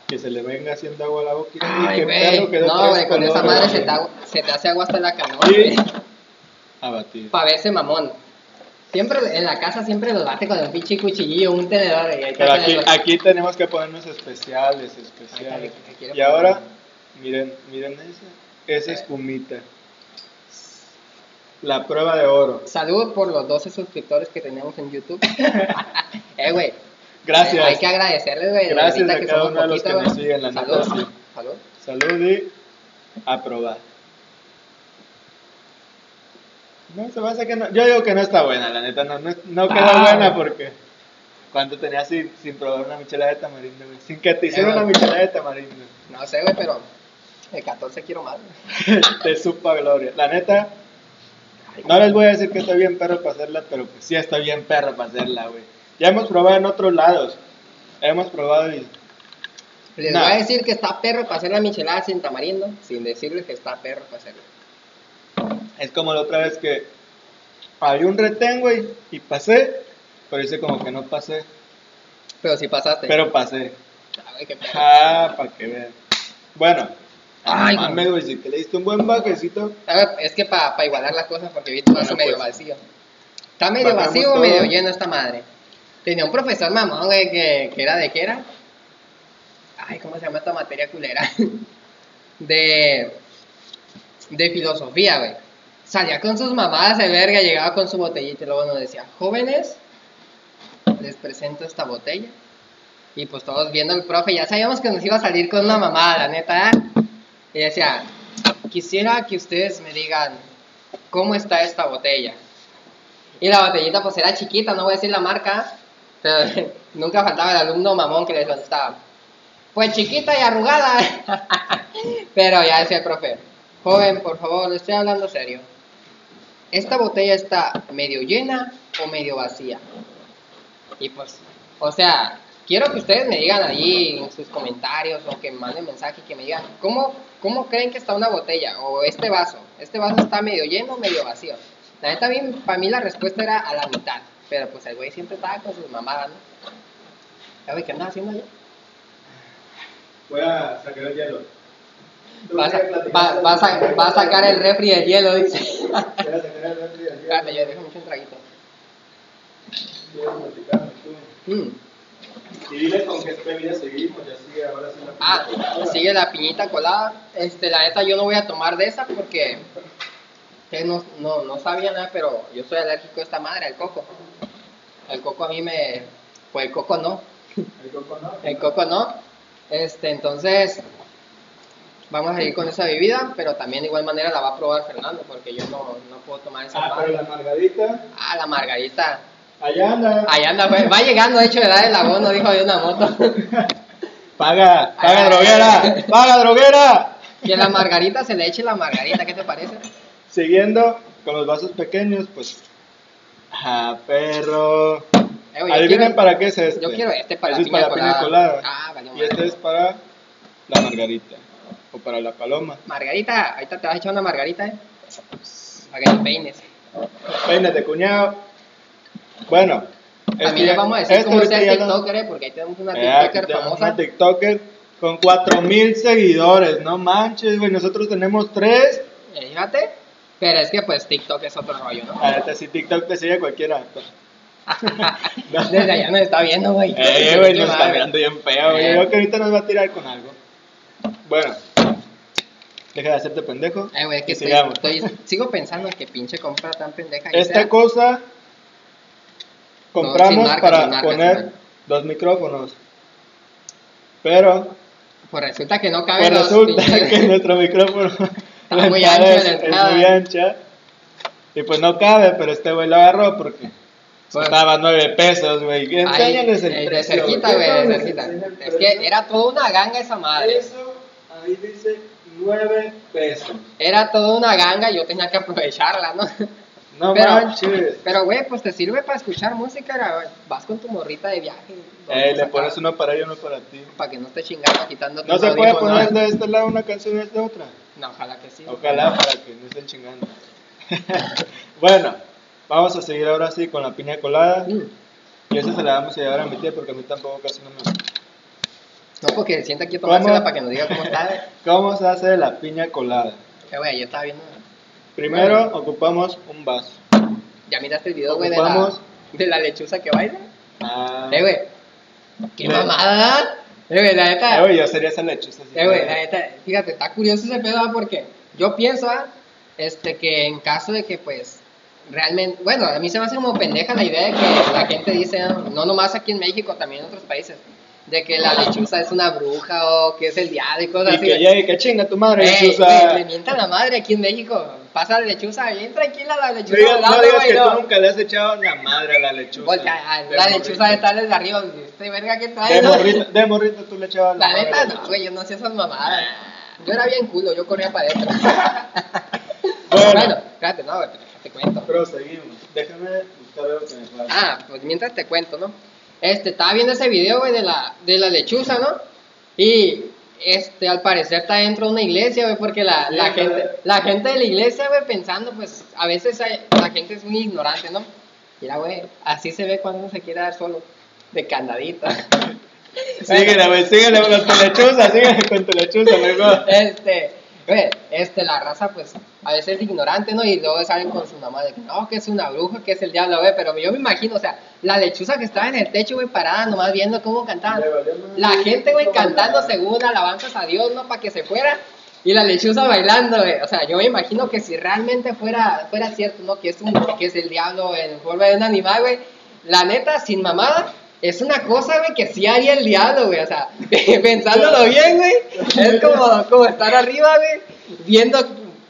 Speaker 2: Que se le venga haciendo agua a la boca.
Speaker 1: Ay,
Speaker 2: qué perro
Speaker 1: güey.
Speaker 2: quedó
Speaker 1: No,
Speaker 2: tres
Speaker 1: güey, con esa
Speaker 2: colores,
Speaker 1: madre se
Speaker 2: güey.
Speaker 1: te, agu- se te hace agua hasta la canoa.
Speaker 2: Y a batir.
Speaker 1: Para verse mamón. Siempre en la casa siempre los bate con un pinche cuchillillo, un tenedor. Y ahí está
Speaker 2: Pero aquí,
Speaker 1: con el-
Speaker 2: aquí tenemos que ponernos especiales,
Speaker 1: Ahí
Speaker 2: especiales.
Speaker 1: está, que- que quiero
Speaker 2: Y ahora,
Speaker 1: poner.
Speaker 2: miren, miren esa. Esa espumita. La prueba de oro.
Speaker 1: Salud por los 12 suscriptores que tenemos en YouTube. eh, güey.
Speaker 2: Gracias.
Speaker 1: Hay que agradecerles, güey.
Speaker 2: Gracias
Speaker 1: ahorita
Speaker 2: a
Speaker 1: que
Speaker 2: cada
Speaker 1: somos
Speaker 2: uno de los
Speaker 1: poquitos,
Speaker 2: que nos
Speaker 1: güey.
Speaker 2: siguen, la neta,
Speaker 1: Salud.
Speaker 2: sí.
Speaker 1: Salud.
Speaker 2: Salud y a probar. No, se me hace que no. Yo digo que no está buena, la neta, no, no, no queda
Speaker 1: Ah.
Speaker 2: buena porque. ¿Cuánto tenías sin, sin probar una michelada de tamarindo, güey? Sin que te hicieran
Speaker 1: Eh,
Speaker 2: una michelada de tamarindo.
Speaker 1: No sé, güey, pero el 14 quiero más. güey.
Speaker 2: Te supa gloria. La neta, no les voy a decir que está bien perro para hacerla, pero pues sí está bien perro para hacerla, güey. Ya hemos probado en otros lados. Hemos probado y.
Speaker 1: Les
Speaker 2: Nah.
Speaker 1: voy a decir que está perro para hacer la michelada sin tamarindo, sin decirles que está perro para hacerlo.
Speaker 2: Es como la otra vez que había un retén, güey, y pasé, pero hice como que no pasé,
Speaker 1: Pero si pasaste.
Speaker 2: pero pasé.
Speaker 1: Ah, güey, qué pedo.
Speaker 2: Ah, para que vean. Bueno.
Speaker 1: Ay,
Speaker 2: Ay, mames, güey, si te le diste un buen baquecito.
Speaker 1: Ah, Es que para igualar las cosas, porque vi tu vaso
Speaker 2: Bueno,
Speaker 1: medio
Speaker 2: pues.
Speaker 1: vacío. Está medio
Speaker 2: Bajamos
Speaker 1: vacío o
Speaker 2: todo.
Speaker 1: medio lleno esta madre. Tenía un profesor mamón, güey, que, que era de qué era. Ay, ¿cómo se llama esta materia culera? De. de filosofía, güey. Salía con sus mamadas de verga, llegaba con su botellita y luego nos decía, jóvenes, les presento esta botella. Y pues todos viendo al profe, ya sabíamos que nos iba a salir con una mamada, la neta. ¿eh? Y decía, quisiera que ustedes me digan cómo está esta botella. Y la botellita pues era chiquita, no voy a decir la marca, pero nunca faltaba el alumno mamón que les contestaba. Pues chiquita y arrugada. pero ya decía el profe, joven, por favor, le estoy hablando serio. ¿Esta botella está medio llena o medio vacía? Y pues, o sea, quiero que ustedes me digan ahí en sus comentarios o que me manden mensaje que me digan, ¿cómo, ¿cómo creen que está una botella o este vaso? ¿Este vaso está medio lleno o medio vacío? La neta, a mí, para mí la respuesta era a la mitad, pero pues el güey siempre estaba con sus mamadas, ¿no? Ya, güey, ¿Qué andaba haciendo allá?
Speaker 2: Voy a sacar el hielo.
Speaker 1: Va a, sa- va- va a sa- va a sacar el refri del hielo, dice.
Speaker 2: Voy a sacar el refri del hielo.
Speaker 1: Espérate, yo dejo mucho un traguito.
Speaker 2: Quieres platicarme tú.
Speaker 1: Mm.
Speaker 2: Y dile con qué bebida seguimos, pues ya sigue ahora sí la
Speaker 1: Ah,
Speaker 2: película.
Speaker 1: sigue la piñita colada. Este, la neta, yo no voy a tomar de esa porque ustedes no, no, no sabían nada, pero yo soy alérgico a esta madre, al coco. El coco a mí me. Pues el coco no.
Speaker 2: El coco no.
Speaker 1: El coco no. Este, entonces. Vamos a ir con esa bebida, pero también de igual manera la va a probar Fernando, porque yo no, no puedo tomar esa
Speaker 2: Ah,
Speaker 1: madre.
Speaker 2: pero la margarita.
Speaker 1: Ah, la margarita.
Speaker 2: Allá anda.
Speaker 1: Ahí anda, güey. va llegando, de hecho, de dar el abono, dijo de una moto.
Speaker 2: Paga, paga
Speaker 1: Ah.
Speaker 2: droguera, paga droguera.
Speaker 1: Que la margarita se le eche la margarita, ¿qué te parece? Eh,
Speaker 2: Siguiendo con los vasos pequeños, pues. Ah, perro.
Speaker 1: Eh, güey, yo
Speaker 2: Adivinen
Speaker 1: quiero-
Speaker 2: para qué es este.
Speaker 1: Yo quiero este para
Speaker 2: Ese es
Speaker 1: piña
Speaker 2: para
Speaker 1: colada.
Speaker 2: piña colada.
Speaker 1: Ah, valió
Speaker 2: y este
Speaker 1: madre.
Speaker 2: es para la margarita. O para la paloma.
Speaker 1: Margarita, ahorita te vas a echar una margarita, eh. Para que te peines.
Speaker 2: Peínate, cuñado. Bueno.
Speaker 1: También le
Speaker 2: ya-
Speaker 1: vamos a decir
Speaker 2: este
Speaker 1: cómo
Speaker 2: ahorita
Speaker 1: sea
Speaker 2: ya
Speaker 1: el
Speaker 2: lo-
Speaker 1: TikToker, eh, porque ahí tenemos una
Speaker 2: Eh, aquí
Speaker 1: TikToker
Speaker 2: tenemos
Speaker 1: famosa.
Speaker 2: Una TikToker con 4000 seguidores. No manches, güey. Nosotros tenemos 3.
Speaker 1: Eh, Fíjate. Pero es que pues TikTok es otro rollo, ¿no?
Speaker 2: Ahorita Ah, este sí, TikTok te sigue cualquiera.
Speaker 1: Desde allá nos está viendo, güey.
Speaker 2: Eh, güey,
Speaker 1: Qué
Speaker 2: nos está
Speaker 1: madre.
Speaker 2: mirando bien feo, güey.
Speaker 1: Eh.
Speaker 2: Yo creo que ahorita nos va a tirar con algo. Bueno, deja de hacerte pendejo.
Speaker 1: Eh, güey, es que
Speaker 2: y
Speaker 1: estoy,
Speaker 2: sigamos. Este
Speaker 1: estoy- sigo pensando que pinche compra tan pendeja. hice.
Speaker 2: Esta cosa compramos
Speaker 1: sin marca,
Speaker 2: para
Speaker 1: sin marca,
Speaker 2: poner
Speaker 1: sin marca.
Speaker 2: dos micrófonos. Pero
Speaker 1: Pues resulta que no cabe
Speaker 2: pues
Speaker 1: los
Speaker 2: resulta
Speaker 1: pinches-
Speaker 2: que nuestro micrófono la
Speaker 1: muy
Speaker 2: entrada
Speaker 1: ancha
Speaker 2: es,
Speaker 1: la
Speaker 2: es
Speaker 1: entrada. eh.
Speaker 2: muy ancha. Y pues no cabe, pero este güey lo agarró porque
Speaker 1: Pues-
Speaker 2: costaba nueve pesos, güey. Enséñales el
Speaker 1: Ahí, eh, De
Speaker 2: precio,
Speaker 1: cerquita, güey, de
Speaker 2: Enséñales el
Speaker 1: cerquita.
Speaker 2: precio.
Speaker 1: Es que era toda una ganga esa madre.
Speaker 2: Eso, ahí dice 9 pesos.
Speaker 1: Era toda una ganga y yo tenía que aprovecharla, ¿no?
Speaker 2: No
Speaker 1: Pero-
Speaker 2: manches.
Speaker 1: Pero, güey, pues te sirve para escuchar música, güey. vas con tu morrita de viaje.
Speaker 2: Ey, Eh, le pones uno para ella, uno para ti.
Speaker 1: Para que no esté chingando quitando
Speaker 2: No
Speaker 1: tus
Speaker 2: se puede
Speaker 1: audífonos.
Speaker 2: poner de este lado una canción y de este otra.
Speaker 1: No, ojalá que sí.
Speaker 2: Ojalá para que no estén chingando. bueno, vamos a seguir ahora sí con la piña colada.
Speaker 1: Mm.
Speaker 2: Y esa se la vamos a llevar a mi tía porque a mí tampoco casi no me gusta.
Speaker 1: No, porque sienta aquí a tomársela
Speaker 2: ¿Cómo?
Speaker 1: para que nos diga cómo está.
Speaker 2: ¿Cómo se hace la piña colada?
Speaker 1: Que, güey, yo estaba viendo.
Speaker 2: Primero ocupamos un vaso.
Speaker 1: Ya miraste el video, güey, de la,
Speaker 2: Ocupamos-
Speaker 1: de la lechuza que baila.
Speaker 2: Ah,
Speaker 1: Eh, güey. ¡Qué
Speaker 2: Güey.
Speaker 1: mamada! Eh, güey, la neta.
Speaker 2: eh, güey, yo sería esa lechuza. así
Speaker 1: Eh, güey, la
Speaker 2: que-
Speaker 1: neta, fíjate, está curioso ese pedo, ah, porque yo pienso, ah, este, que en caso de que, pues, realmente, bueno, a mí se me hace como pendeja la idea de que la gente dice, ah, no nomás aquí en México, también en otros países, de que la lechuza es una bruja o que es el diablo y cosas
Speaker 2: Y
Speaker 1: así.
Speaker 2: que
Speaker 1: güey.
Speaker 2: llegue, que chinga tu madre,
Speaker 1: Ey,
Speaker 2: lechuza.
Speaker 1: güey, le mientan la madre aquí en México. Pasa la lechuza, bien tranquila la
Speaker 2: No
Speaker 1: lechuza.
Speaker 2: digas, no
Speaker 1: volando,
Speaker 2: digas
Speaker 1: güey,
Speaker 2: que
Speaker 1: no.
Speaker 2: tú nunca le has echado la madre a la lechuza.
Speaker 1: Porque, ah,
Speaker 2: De
Speaker 1: la
Speaker 2: morrito.
Speaker 1: lechuza de tales de arriba, este verga que trae.
Speaker 2: De
Speaker 1: ¿no?
Speaker 2: morrito, de morrito tú le echabas la,
Speaker 1: La
Speaker 2: madre.
Speaker 1: neta,
Speaker 2: a la
Speaker 1: no, Ah.
Speaker 2: lechuza.
Speaker 1: güey, yo no hacía esas mamadas. Yo era bien culo, yo corría para adentro.
Speaker 2: Bueno.
Speaker 1: bueno, espérate, no, güey, te cuento.
Speaker 2: Pero seguimos. Déjame buscar algo que me falta.
Speaker 1: Ah, pues mientras te cuento, ¿no? Este, estaba viendo ese video, güey, de la, de la lechuza, ¿no? Y, este, al parecer está dentro de una iglesia, güey, porque la,
Speaker 2: Sí,
Speaker 1: la,
Speaker 2: güey.
Speaker 1: gente, la gente de la iglesia, güey, pensando, pues, a veces hay- la gente es muy ignorante, ¿no? Mira, güey, así se ve cuando uno se quiere dar solo, de candadito.
Speaker 2: Síguele, güey, síguele con tu lechuza, síguele con tu lechuza, luego.
Speaker 1: Este, güey, este, la raza, pues, a veces es ignorante, ¿no? Y luego salen con su mamá de que no, que es una bruja, que es el diablo, güey. Pero yo me imagino, o sea, la lechuza que estaba en el techo, güey, parada, nomás viendo cómo cantaban.
Speaker 2: Le valió madre.
Speaker 1: Eh, La gente, güey,
Speaker 2: No,
Speaker 1: cantando
Speaker 2: no.
Speaker 1: según alabanzas a Dios, ¿no? Para que se fuera. Y la lechuza bailando, güey. O sea, yo me imagino que si realmente fuera, fuera cierto, ¿no? Que es, un, que es el diablo en forma de un animal, güey. La neta, sin mamada, es una cosa, güey, que sí haría el diablo, güey. O sea, pensándolo bien, güey. Es como, como estar arriba, güey. Viendo,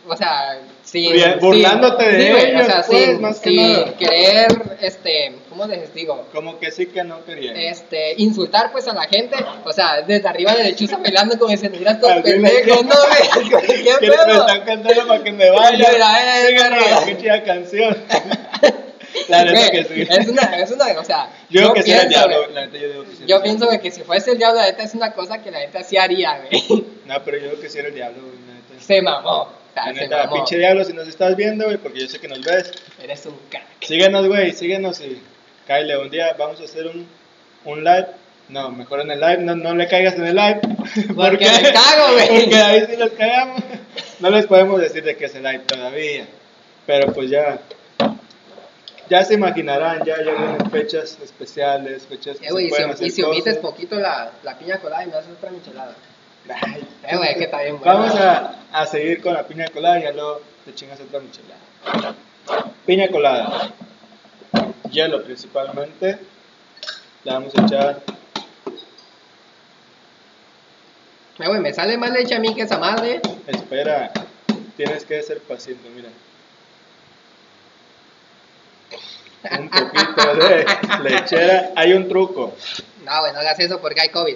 Speaker 1: o sea, sin...
Speaker 2: Bien,
Speaker 1: sin-
Speaker 2: burlándote de
Speaker 1: sí, güey,
Speaker 2: ellos,
Speaker 1: O sea,
Speaker 2: pues,
Speaker 1: sin,
Speaker 2: más que
Speaker 1: sin
Speaker 2: nada.
Speaker 1: querer, este, ¿cómo les digo?
Speaker 2: Como que sí que no quería.
Speaker 1: este, insultar pues a la gente, o sea, desde arriba de lechuza bailando como diciendo, mira estos
Speaker 2: Así me-
Speaker 1: pendejos, no, güey, Como, qué
Speaker 2: que me
Speaker 1: pedo.
Speaker 2: están cantando para que me
Speaker 1: Mira, mira,
Speaker 2: vaya.
Speaker 1: mira, mira.
Speaker 2: Síguele, qué chida canción. La neta que
Speaker 1: Güey,
Speaker 2: sí.
Speaker 1: Es una, es una, o sea,
Speaker 2: Yo
Speaker 1: yo
Speaker 2: creo que sí era el
Speaker 1: pienso,
Speaker 2: diablo,
Speaker 1: güey,
Speaker 2: la neta yo digo que sí era
Speaker 1: yo
Speaker 2: el
Speaker 1: pienso
Speaker 2: diablo.
Speaker 1: güey, que si fuese el diablo, la neta es una cosa que la neta sí haría, güey,
Speaker 2: No, pero yo digo que sí era el diablo, güey, la neta.
Speaker 1: se mamó, o sea,
Speaker 2: La
Speaker 1: Ah, se
Speaker 2: neta,
Speaker 1: mamó,
Speaker 2: pinche diablo, si nos estás viendo, güey, porque yo sé que nos ves.
Speaker 1: eres un crack.
Speaker 2: Síguenos, güey, síguenos y cáele. Un día vamos a hacer un, un live. No, mejor en el live, no, no le caigas en el live.
Speaker 1: Porque me cago, güey.
Speaker 2: Porque ahí sí los cagamos. No les podemos decir de que es el live todavía. Pero pues ya. Ya se imaginarán, ya, ya vienen fechas especiales, fechas que
Speaker 1: Eh, güey,
Speaker 2: se
Speaker 1: y si-
Speaker 2: pueden hacer
Speaker 1: y si omites
Speaker 2: cosas.
Speaker 1: poquito la, la piña colada y me haces otra michelada,
Speaker 2: Ay,
Speaker 1: eh, güey, que está bien buena.
Speaker 2: Vamos a, a seguir con la piña colada y ya luego te chingas otra michelada. Piña colada. Hielo principalmente. Le vamos a echar.
Speaker 1: Eh, güey, me sale más leche a mí que esa madre,
Speaker 2: Espera. Tienes que ser paciente, mira. Un poquito de lechera. Hay un truco.
Speaker 1: no, güey, no hagas eso porque hay COVID.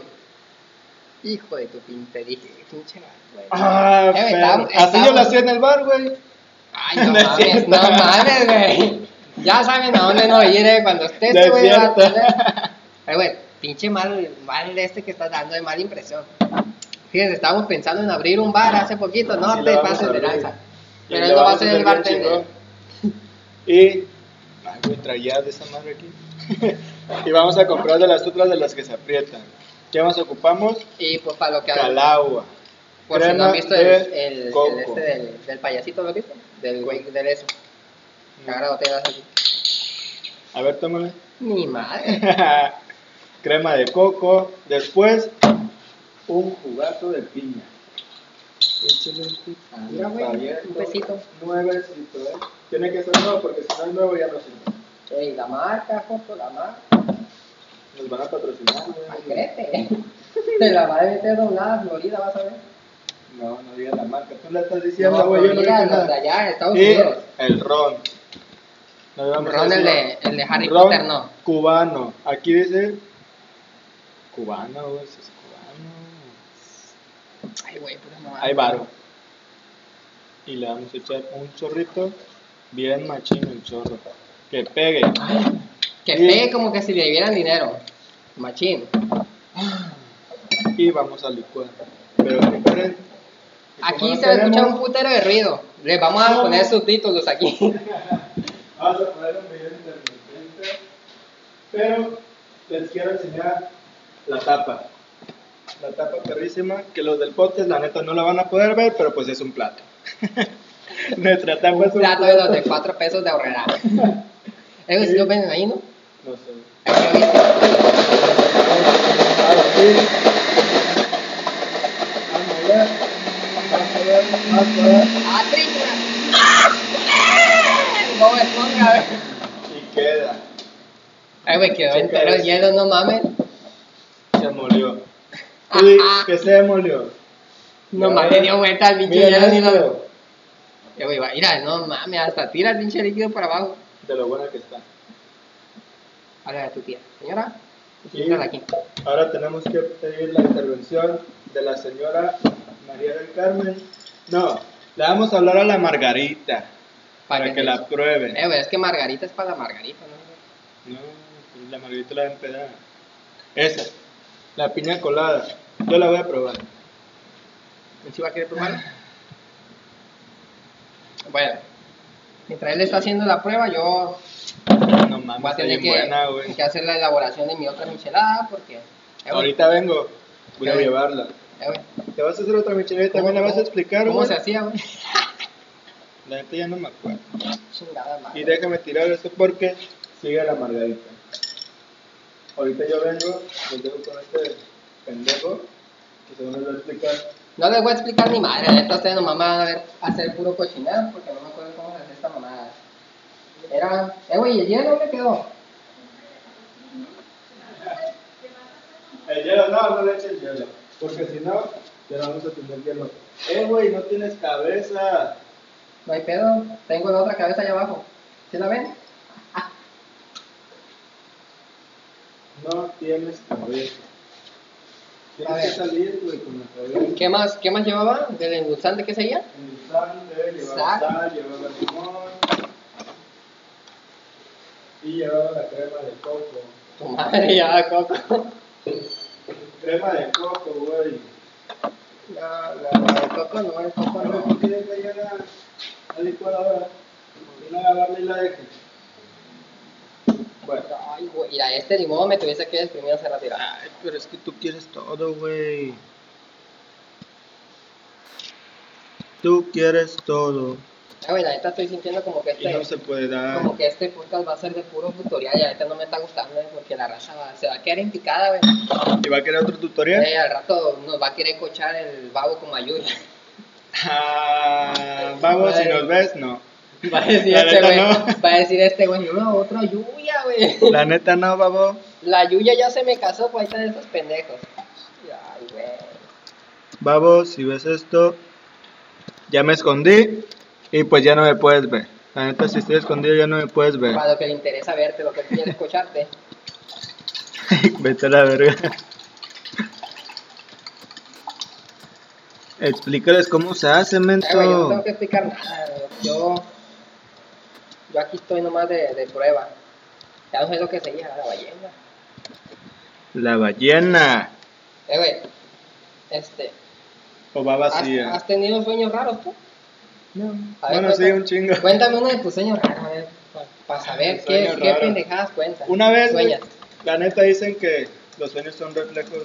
Speaker 1: Hijo de tu pinte, dije, pinche, güey.
Speaker 2: Ah,
Speaker 1: Eh,
Speaker 2: perro.
Speaker 1: estamos-
Speaker 2: Así yo
Speaker 1: estamos-
Speaker 2: lo hacía en el bar, güey.
Speaker 1: Ay, no
Speaker 2: No es
Speaker 1: mames,
Speaker 2: cierto.
Speaker 1: no mames, güey. Ya saben a dónde no ir, eh. Cuando esté este
Speaker 2: No
Speaker 1: güey
Speaker 2: es
Speaker 1: va a
Speaker 2: cierto.
Speaker 1: tener- Ay, güey, pinche mal, mal este que estás dando de mala impresión. Fíjense, estábamos pensando en abrir un bar hace poquito, no
Speaker 2: Sí, lo
Speaker 1: te
Speaker 2: vamos a
Speaker 1: pases de
Speaker 2: abrir.
Speaker 1: lanza.
Speaker 2: Y
Speaker 1: Pero
Speaker 2: le
Speaker 1: él no va a
Speaker 2: vamos
Speaker 1: ser el
Speaker 2: hacer bien
Speaker 1: bartender.
Speaker 2: chingón. Y. Ay, güey, traía de esa madre aquí. y vamos a comprar de las otras de las que se aprietan. ¿Qué más ocupamos?
Speaker 1: Y pues para lo que hago,
Speaker 2: Calagua.
Speaker 1: por si no
Speaker 2: crema
Speaker 1: han visto el, el,
Speaker 2: de
Speaker 1: el
Speaker 2: coco.
Speaker 1: este del, del payasito, ¿lo viste? Del güey, del eso. Que agarra botellas así.
Speaker 2: A ver, tómale.
Speaker 1: Ni madre.
Speaker 2: Crema de coco. Después, un jugazo de piña. Échale un pito.
Speaker 1: Mira, güey,
Speaker 2: Abierto.
Speaker 1: un besito.
Speaker 2: Nuevecito, ¿eh? Tiene que ser nuevo porque si no es nuevo ya no sirve.
Speaker 1: Ey, la marca, Joto, la marca.
Speaker 2: Nos van a patrocinar,
Speaker 1: Ah,
Speaker 2: güey.
Speaker 1: Crete. Te la va a meter doblada Florida, vas a ver.
Speaker 2: No, no digas la marca. Tú la estás
Speaker 1: No,
Speaker 2: diciendo, güey. yo no
Speaker 1: mira,
Speaker 2: dije
Speaker 1: los de
Speaker 2: nada.
Speaker 1: allá, Estados
Speaker 2: Y
Speaker 1: Unidos.
Speaker 2: el ron. No íbamos a
Speaker 1: Ron, el
Speaker 2: decir-
Speaker 1: de, el de Harry
Speaker 2: ron
Speaker 1: Potter, no.
Speaker 2: Cubano. Aquí dice cubano, güey. si es cubano.
Speaker 1: Ay, güey, puta madre.
Speaker 2: Hay varo. Y le vamos a echar un chorrito. Bien machino el chorro. Que pegue.
Speaker 1: Que
Speaker 2: Bien.
Speaker 1: pegue como que si le dieran dinero. Machín.
Speaker 2: Y vamos a licuar. Pero recuerden. que como
Speaker 1: Aquí
Speaker 2: no
Speaker 1: se va a escuchar
Speaker 2: tenemos- Ah,
Speaker 1: un putero de ruido. Les vamos a poner subtítulos aquí.
Speaker 2: Vamos a poner un video intermitente, pero les quiero enseñar la tapa. La tapa perrísima, que los del podcast la neta no la van a poder ver, pero pues es un plato. Nuestra tapa es un
Speaker 1: Plato de los de 4 pesos de ahorrera. Eh, güey, si lo ven ahí, ¿no?
Speaker 2: No sé.
Speaker 1: Aquí lo viste.
Speaker 2: Ahora sí. Vamos a ver. Vamos a ver. Vamos a ver.
Speaker 1: ¡Ah, trícula! Bob Esponja, a ver.
Speaker 2: Y queda.
Speaker 1: Ay, güey, quedó entero el hielo, no mames.
Speaker 2: Se molió. Sí, que se molió.
Speaker 1: No
Speaker 2: Ya.
Speaker 1: mames, le dio vuelta al pinche
Speaker 2: Miren
Speaker 1: hielo ni lo
Speaker 2: esto,
Speaker 1: Eh, güey, va- mira, no mames, hasta tira el pinche líquido para abajo.
Speaker 2: De lo buena que está.
Speaker 1: Habla de tu tía. Señora,
Speaker 2: Y-
Speaker 1: entra aquí.
Speaker 2: Ahora tenemos que pedir la intervención de la señora María del Carmen. No, le vamos a hablar a la Margarita para, que la pruebe.
Speaker 1: Eh, güey, es que Margarita es para la Margarita, ¿no?
Speaker 2: No, pues la Margarita la va a empedar. Esa, la piña colada. Yo la voy a probar.
Speaker 1: ¿El chiva quiere probarlo? Bueno, mientras él está haciendo la prueba, yo
Speaker 2: No
Speaker 1: voy
Speaker 2: mames,
Speaker 1: a
Speaker 2: está
Speaker 1: tener
Speaker 2: bien
Speaker 1: que,
Speaker 2: buena, güey.
Speaker 1: que hacer la elaboración de mi otra michelada porque
Speaker 2: Ahorita vengo. Voy a
Speaker 1: Ya ven.
Speaker 2: llevarla.
Speaker 1: Eh, güey.
Speaker 2: ¿Te vas a hacer otra michelada? y ¿También la vas a explicar,
Speaker 1: ¿Cómo
Speaker 2: güey?
Speaker 1: se hacía, güey?
Speaker 2: La neta ya no me acuerdo.
Speaker 1: Chingada madre.
Speaker 2: Y déjame tirar esto porque sigue la margarita. Ahorita yo vengo, les dejo con este pendejo que según les va a explicar.
Speaker 1: No les voy a explicar ni madre, la neta ustedes nomás me van a ver hacer puro cochinado porque no me acuerdo cómo se hacía esta mamada. Era, eh güey, ¿y el hielo dónde quedó?
Speaker 2: El hielo, no, no le eches el hielo. Porque si no, ya no vamos a tener hielo. Eh, güey, no tienes cabeza.
Speaker 1: No hay pedo, tengo la otra cabeza allá abajo. ¿Sí la ven?
Speaker 2: No tienes cabeza.
Speaker 1: A
Speaker 2: Tienes
Speaker 1: ver.
Speaker 2: que salir, güey, con la cabeza.
Speaker 1: ¿Qué más, qué más llevaba del endulzante que seguía?
Speaker 2: El sante,
Speaker 1: Sal.
Speaker 2: llevaba sal, llevaba limón. Y llevaba la crema de coco.
Speaker 1: Tu madre ya, Coco.
Speaker 2: Crema de coco, güey.
Speaker 1: No, no, el Coco no, el Coco
Speaker 2: Ahora,
Speaker 1: no.
Speaker 2: ¿por qué deja ya la, la licuadora? ¿Por qué no agarrarla y la dejes? Bueno.
Speaker 1: Ay, güey, mira, este limón me tuviese que exprimir hace Ah, rato. mira.
Speaker 2: Ay, pero es que tú quieres todo, güey. Tú quieres todo.
Speaker 1: Ah, güey, la neta estoy sintiendo como que
Speaker 2: Y
Speaker 1: este,
Speaker 2: no se puede dar.
Speaker 1: como que este podcast va a ser de puro tutorial y la neta no me está gustando, güey, porque la raza va- se va a quedar en picada, güey.
Speaker 2: ¿Y va a querer otro tutorial?
Speaker 1: Eh, al rato nos va a querer cochar el babo como ayuda.
Speaker 2: Ah, vamos, si
Speaker 1: Madre.
Speaker 2: nos ves, no.
Speaker 1: Va a decir
Speaker 2: La
Speaker 1: este
Speaker 2: neta
Speaker 1: güey,
Speaker 2: no.
Speaker 1: va a decir este güey, no, otro Yuya, güey.
Speaker 2: La neta no, babo.
Speaker 1: La Yuya ya se me casó, pues ahí están esos pendejos. Ay, güey.
Speaker 2: Babo, si ves esto, ya me escondí y pues ya no me puedes ver. La neta, si estoy escondido ya no me puedes ver.
Speaker 1: Para lo que le interesa verte, lo que quiere escucharte.
Speaker 2: Vete a la verga. Explícales cómo se hace,
Speaker 1: Ay, güey, yo no tengo
Speaker 2: mento.
Speaker 1: que explicar nada, güey. yo, yo aquí estoy nomás de, de prueba. Ya no sé lo que se llama la ballena.
Speaker 2: La ballena.
Speaker 1: Eh, güey, este,
Speaker 2: O va
Speaker 1: ¿has,
Speaker 2: vacía.
Speaker 1: has tenido sueños raros tú?
Speaker 2: No.
Speaker 1: ah, A ver,
Speaker 2: Bueno, sí,
Speaker 1: cuenta-
Speaker 2: un chingo.
Speaker 1: Cuéntame uno de tus sueños raros, a ver, para saber
Speaker 2: Un
Speaker 1: qué,
Speaker 2: sueño
Speaker 1: qué
Speaker 2: raro.
Speaker 1: pendejadas cuentas.
Speaker 2: Una vez, güey,
Speaker 1: Sueñas.
Speaker 2: la neta dicen que los sueños son reflejos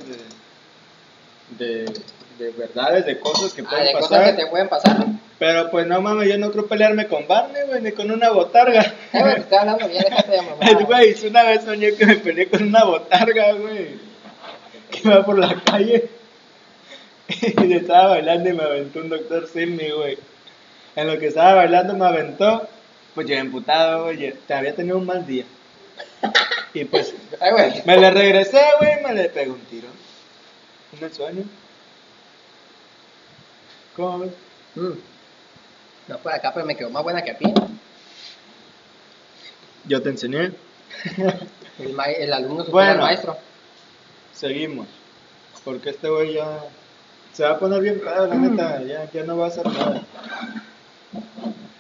Speaker 2: de, de, de verdades, de cosas que
Speaker 1: Ah,
Speaker 2: pueden
Speaker 1: de
Speaker 2: pasar.
Speaker 1: cosas que te pueden pasar.
Speaker 2: Pero pues no mames, yo no creo pelearme con Barney, güey, ni con una botarga.
Speaker 1: Eh, güey, te estoy hablando bien, déjate de mamá.
Speaker 2: Ay, Güey, si una vez soñé que me peleé con una botarga, güey. Que iba por la calle. Y yo estaba bailando y me aventó un doctor Simi, güey. En lo que estaba bailando me aventó. Pues yo emputado, güey. yo- Te había tenido un mal día. Y pues
Speaker 1: Ay, güey.
Speaker 2: me le regresé, güey, y me le pegó un tiro. ¿En el sueño? ¿Cómo ves?
Speaker 1: Mm. No por acá, pero me quedó más buena que a ti.
Speaker 2: Yo te enseñé.
Speaker 1: El, ma- el alumno supera
Speaker 2: Bueno.
Speaker 1: al maestro.
Speaker 2: Seguimos. Porque este güey ya se va a poner bien pedo, la neta.
Speaker 1: Mm.
Speaker 2: Ya, ya no va a hacer nada.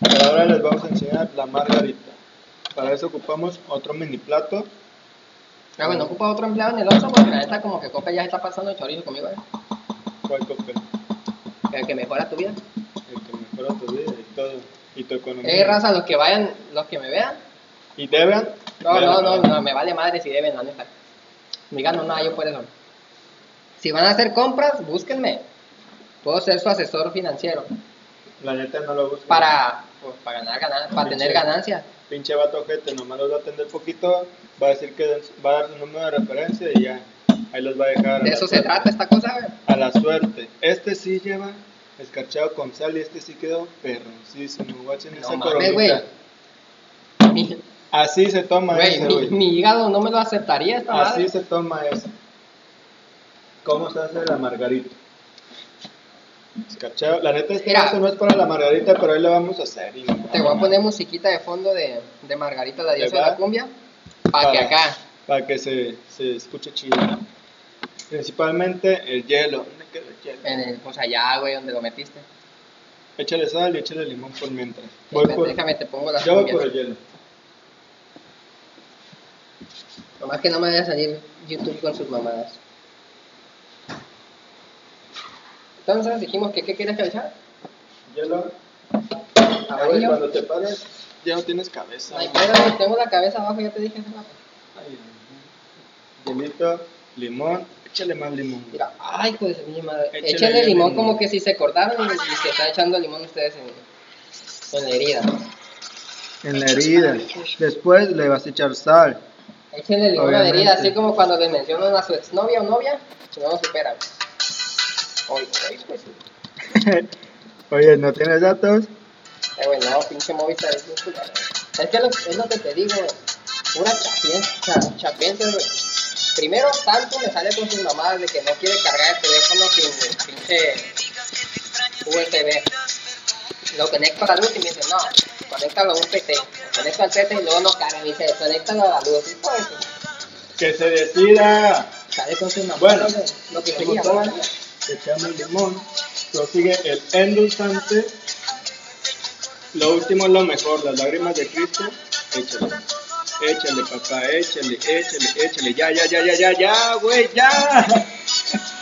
Speaker 2: Pero ahora les vamos a enseñar la margarita. Para eso ocupamos otro mini plato.
Speaker 1: Ah, güey, no ocupa otro empleado en el otro porque la neta como que Coca ya se está pasando de chorizo conmigo, eh.
Speaker 2: ¿Cuál cóctel?
Speaker 1: Que, que mejora tu vida.
Speaker 2: El que mejora tu vida y todo. Y tu economía.
Speaker 1: Eh, raza, los que vayan, los que me vean.
Speaker 2: ¿Y deban?
Speaker 1: No,
Speaker 2: deban
Speaker 1: no, no,
Speaker 2: pagar.
Speaker 1: no, me vale madre si deben, la neta. Ni gano nada yo por eso. Si van a hacer compras, búsquenme. Puedo ser su asesor financiero.
Speaker 2: La neta no lo busca.
Speaker 1: Para, pues, para ganar ganancias, para tener
Speaker 2: Sí.
Speaker 1: ganancias.
Speaker 2: Pinche vato gente, nomás los va a atender poquito. Va a decir que den su- va a dar su número de referencia y ya. Ahí los va a dejar. a
Speaker 1: De
Speaker 2: la
Speaker 1: eso se
Speaker 2: suerte.
Speaker 1: trata esta cosa, güey.
Speaker 2: a la suerte. Este sí lleva escarchado con sal y este sí quedó perroncísimo. Guachen
Speaker 1: No
Speaker 2: esa
Speaker 1: mames,
Speaker 2: coronita.
Speaker 1: güey. Mi,
Speaker 2: Así se toma
Speaker 1: güey,
Speaker 2: ese,
Speaker 1: mi-
Speaker 2: güey.
Speaker 1: mi hígado no me lo aceptaría esta madre.
Speaker 2: Así se toma ese. ¿Cómo se hace la margarita? Escarchado. La neta es que
Speaker 1: Mira.
Speaker 2: eso no es para la margarita, pero ahí la vamos a hacer. y no,
Speaker 1: Te voy a poner musiquita de fondo de, de Margarita la diosa de
Speaker 2: ¿Verdad?
Speaker 1: la cumbia. Para que acá.
Speaker 2: Para que se, se escuche chido. Principalmente el hielo. ¿Dónde quedó el hielo?
Speaker 1: En el, pues allá, güey, donde lo metiste.
Speaker 2: Échale sal y échale limón por mientras. Voy
Speaker 1: Déjame,
Speaker 2: por,
Speaker 1: déjame, te pongo las
Speaker 2: yo voy por
Speaker 1: cumbias.
Speaker 2: el hielo.
Speaker 1: Nomás que no me vaya a salir YouTube con sus mamadas. Entonces dijimos que qué quieres calzar.
Speaker 2: Hielo. Ah, güey,
Speaker 1: Amarillo.
Speaker 2: cuando te pares, ya no tienes cabeza.
Speaker 1: Ay,
Speaker 2: güey.
Speaker 1: pero tengo la cabeza abajo, ya te dije hace rato.
Speaker 2: Ay, no. Hielito, limón, Échale más limón.
Speaker 1: Mira, ay, pues de mi madre.
Speaker 2: Échale
Speaker 1: Échenle
Speaker 2: bien
Speaker 1: limón
Speaker 2: limón.
Speaker 1: como que si se cortaron y, y se está echando limón ustedes en, en la herida.
Speaker 2: En la herida. Después le vas a echar sal.
Speaker 1: Échenle limón a la
Speaker 2: Obviamente.
Speaker 1: herida, así como cuando le mencionan a su exnovia o novia, que no lo superan. Oye, oye, pues.
Speaker 2: Oye, ¿no tienes datos?
Speaker 1: Eh, güey, no, pinche Movistar es un culero. Es que lo, es lo que te digo, pura chapienza, chapienza, güey. Primero, tanto me sale con sus mamadas de que no quiere cargar el teléfono sin pinche USB. Lo conecto a la luz y me dice, no, conéctalo a un PT. Lo conecto al PT y luego no carga, me dice, conéctalo a la luz. Y pues,
Speaker 2: ¡Que se decida!
Speaker 1: sale con sus
Speaker 2: Bueno,
Speaker 1: mamadas, güey. Lo que
Speaker 2: como
Speaker 1: quería,
Speaker 2: todo,
Speaker 1: ¿no?
Speaker 2: le echamos el limón. Luego sigue el endulzante. Lo último es lo mejor, las lágrimas de Cristo. Échale. Échale, papá, échale, échale, échale. Ya, ya, ya, ya, ya, ya, güey, ya.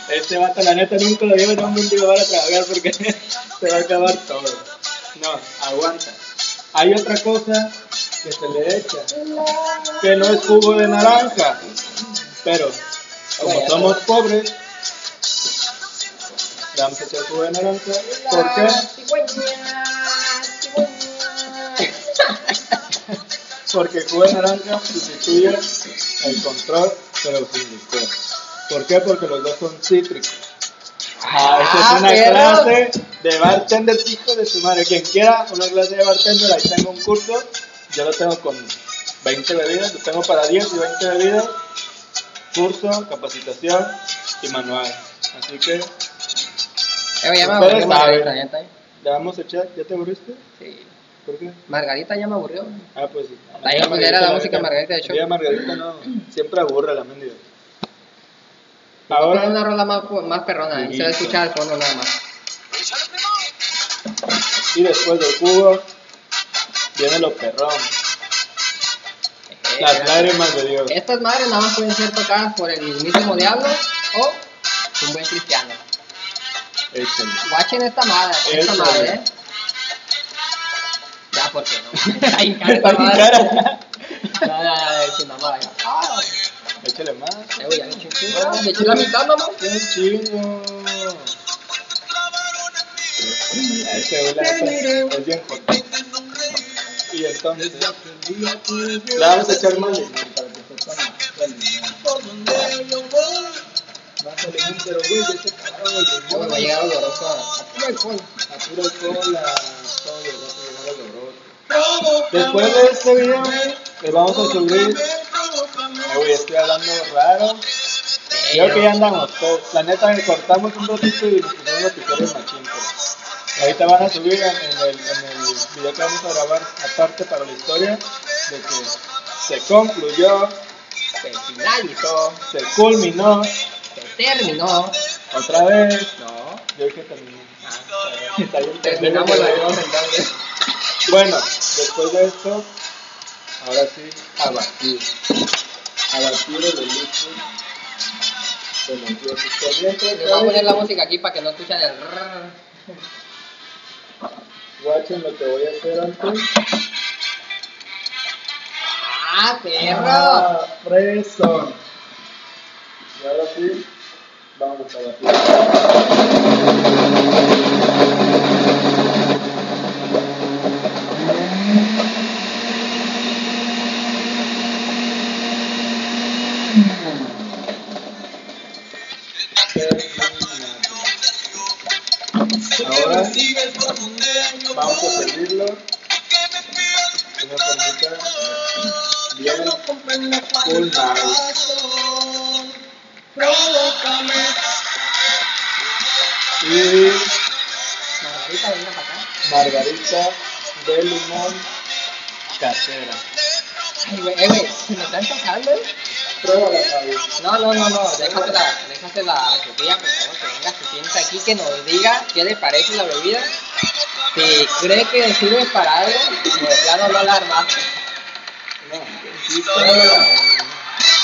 Speaker 2: Este vato, la neta, nunca lo llevo en un mendigo bar a trabajar porque se va a acabar todo. No, aguanta. Hay otra cosa que se le echa, que no es jugo de naranja. Pero, como somos pobres, le vamos a echar jugo de naranja. ¿Por qué? Porque el jugo de naranja sustituye el control, pero sin licor. ¿Por qué? Porque los dos son cítricos. Ah, esta es una
Speaker 1: perro.
Speaker 2: clase de bartender, hijo de su madre. Quien quiera una clase de bartender, ahí tengo un curso. Yo lo tengo con 20 bebidas, lo tengo para 10 y 20 bebidas. Curso, capacitación y manual. Así que
Speaker 1: Eh, güey, ya me
Speaker 2: Ustedes
Speaker 1: aburrió
Speaker 2: saben.
Speaker 1: Margarita, ya está bien.
Speaker 2: le vamos a echar. ¿Ya te aburriste?
Speaker 1: Sí.
Speaker 2: ¿Por qué?
Speaker 1: Margarita ya me aburrió. güey.
Speaker 2: Ah, pues sí.
Speaker 1: Está bien culera la música de Margarita, de hecho.
Speaker 2: La Margarita no, siempre aburre la mendiga.
Speaker 1: Ahora
Speaker 2: Ahora,
Speaker 1: una rola más, fu- más perrona, eh. se va a escuchar al fondo nada más.
Speaker 2: y después del cubo, viene lo perrón. Las lágrimas de Dios.
Speaker 1: Estas madres nada más pueden ser tocadas por el mismísimo diablo o un buen cristiano.
Speaker 2: Échenle.
Speaker 1: Guachen esta madre, esta
Speaker 2: Eso,
Speaker 1: madre,
Speaker 2: güey.
Speaker 1: eh. Ya, porque no. Está bien cara
Speaker 2: Está
Speaker 1: esta
Speaker 2: bien
Speaker 1: madre.
Speaker 2: cara.
Speaker 1: No, no, no, es una madre. Ah,
Speaker 2: Échale más.
Speaker 1: eh, güey, ya me eché un chingo. Me eché la mitad nomás.
Speaker 2: ¡Qué chingo! Este güey, la neta, es bien jodido. Y entonces, le vamos a echar más limón para que sepa más. Más limón, pero güey, ya se acabaron los
Speaker 1: Ya, güey,
Speaker 2: limones.
Speaker 1: va a llegar oloroso a- a puro alcohol.
Speaker 2: A puro cola, todo, todo, todo, todo. Después de este video, les vamos a subir. Eh, güey, estoy hablando raro. Yo que ya andamos todos. La neta, que cortamos un ratito y nos pusimos los picores machín. pero Ahorita van a subir en, en el, en el video que vamos a grabar, aparte para la historia, de que se concluyó,
Speaker 1: Se finalizó,
Speaker 2: se culminó,
Speaker 1: se terminó.
Speaker 2: otra vez.
Speaker 1: No.
Speaker 2: Yo dije terminó.
Speaker 1: Ah,
Speaker 2: Está bien,
Speaker 1: Terminamos
Speaker 2: terminó.
Speaker 1: la cosa entonces.
Speaker 2: Bueno, después de esto, ahora sí, a batir. A batir el elixir de los dioses corrientes.
Speaker 1: Les voy a poner la música aquí para que no escuchen el rrrr.
Speaker 2: Guachen lo que voy a hacer antes.
Speaker 1: ¡Ah, perro!
Speaker 2: Ah, preso. Y ahora sí, vamos a batir. Ahora vamos a servirlo. Una formita bien full nice. Y
Speaker 1: Margarita, venga para acá.
Speaker 2: margarita de limón casera.
Speaker 1: Ay, güey, eh, güey, ¿se me están tocando?
Speaker 2: Pruébala, Javi.
Speaker 1: No, no, no, no, déjatela, déjatela, Sofía, por favor, que venga, que sienta aquí, que nos diga qué le parece la bebida. Si cree que sirve para algo, pues de plano no la armaste.
Speaker 2: No, pruébala.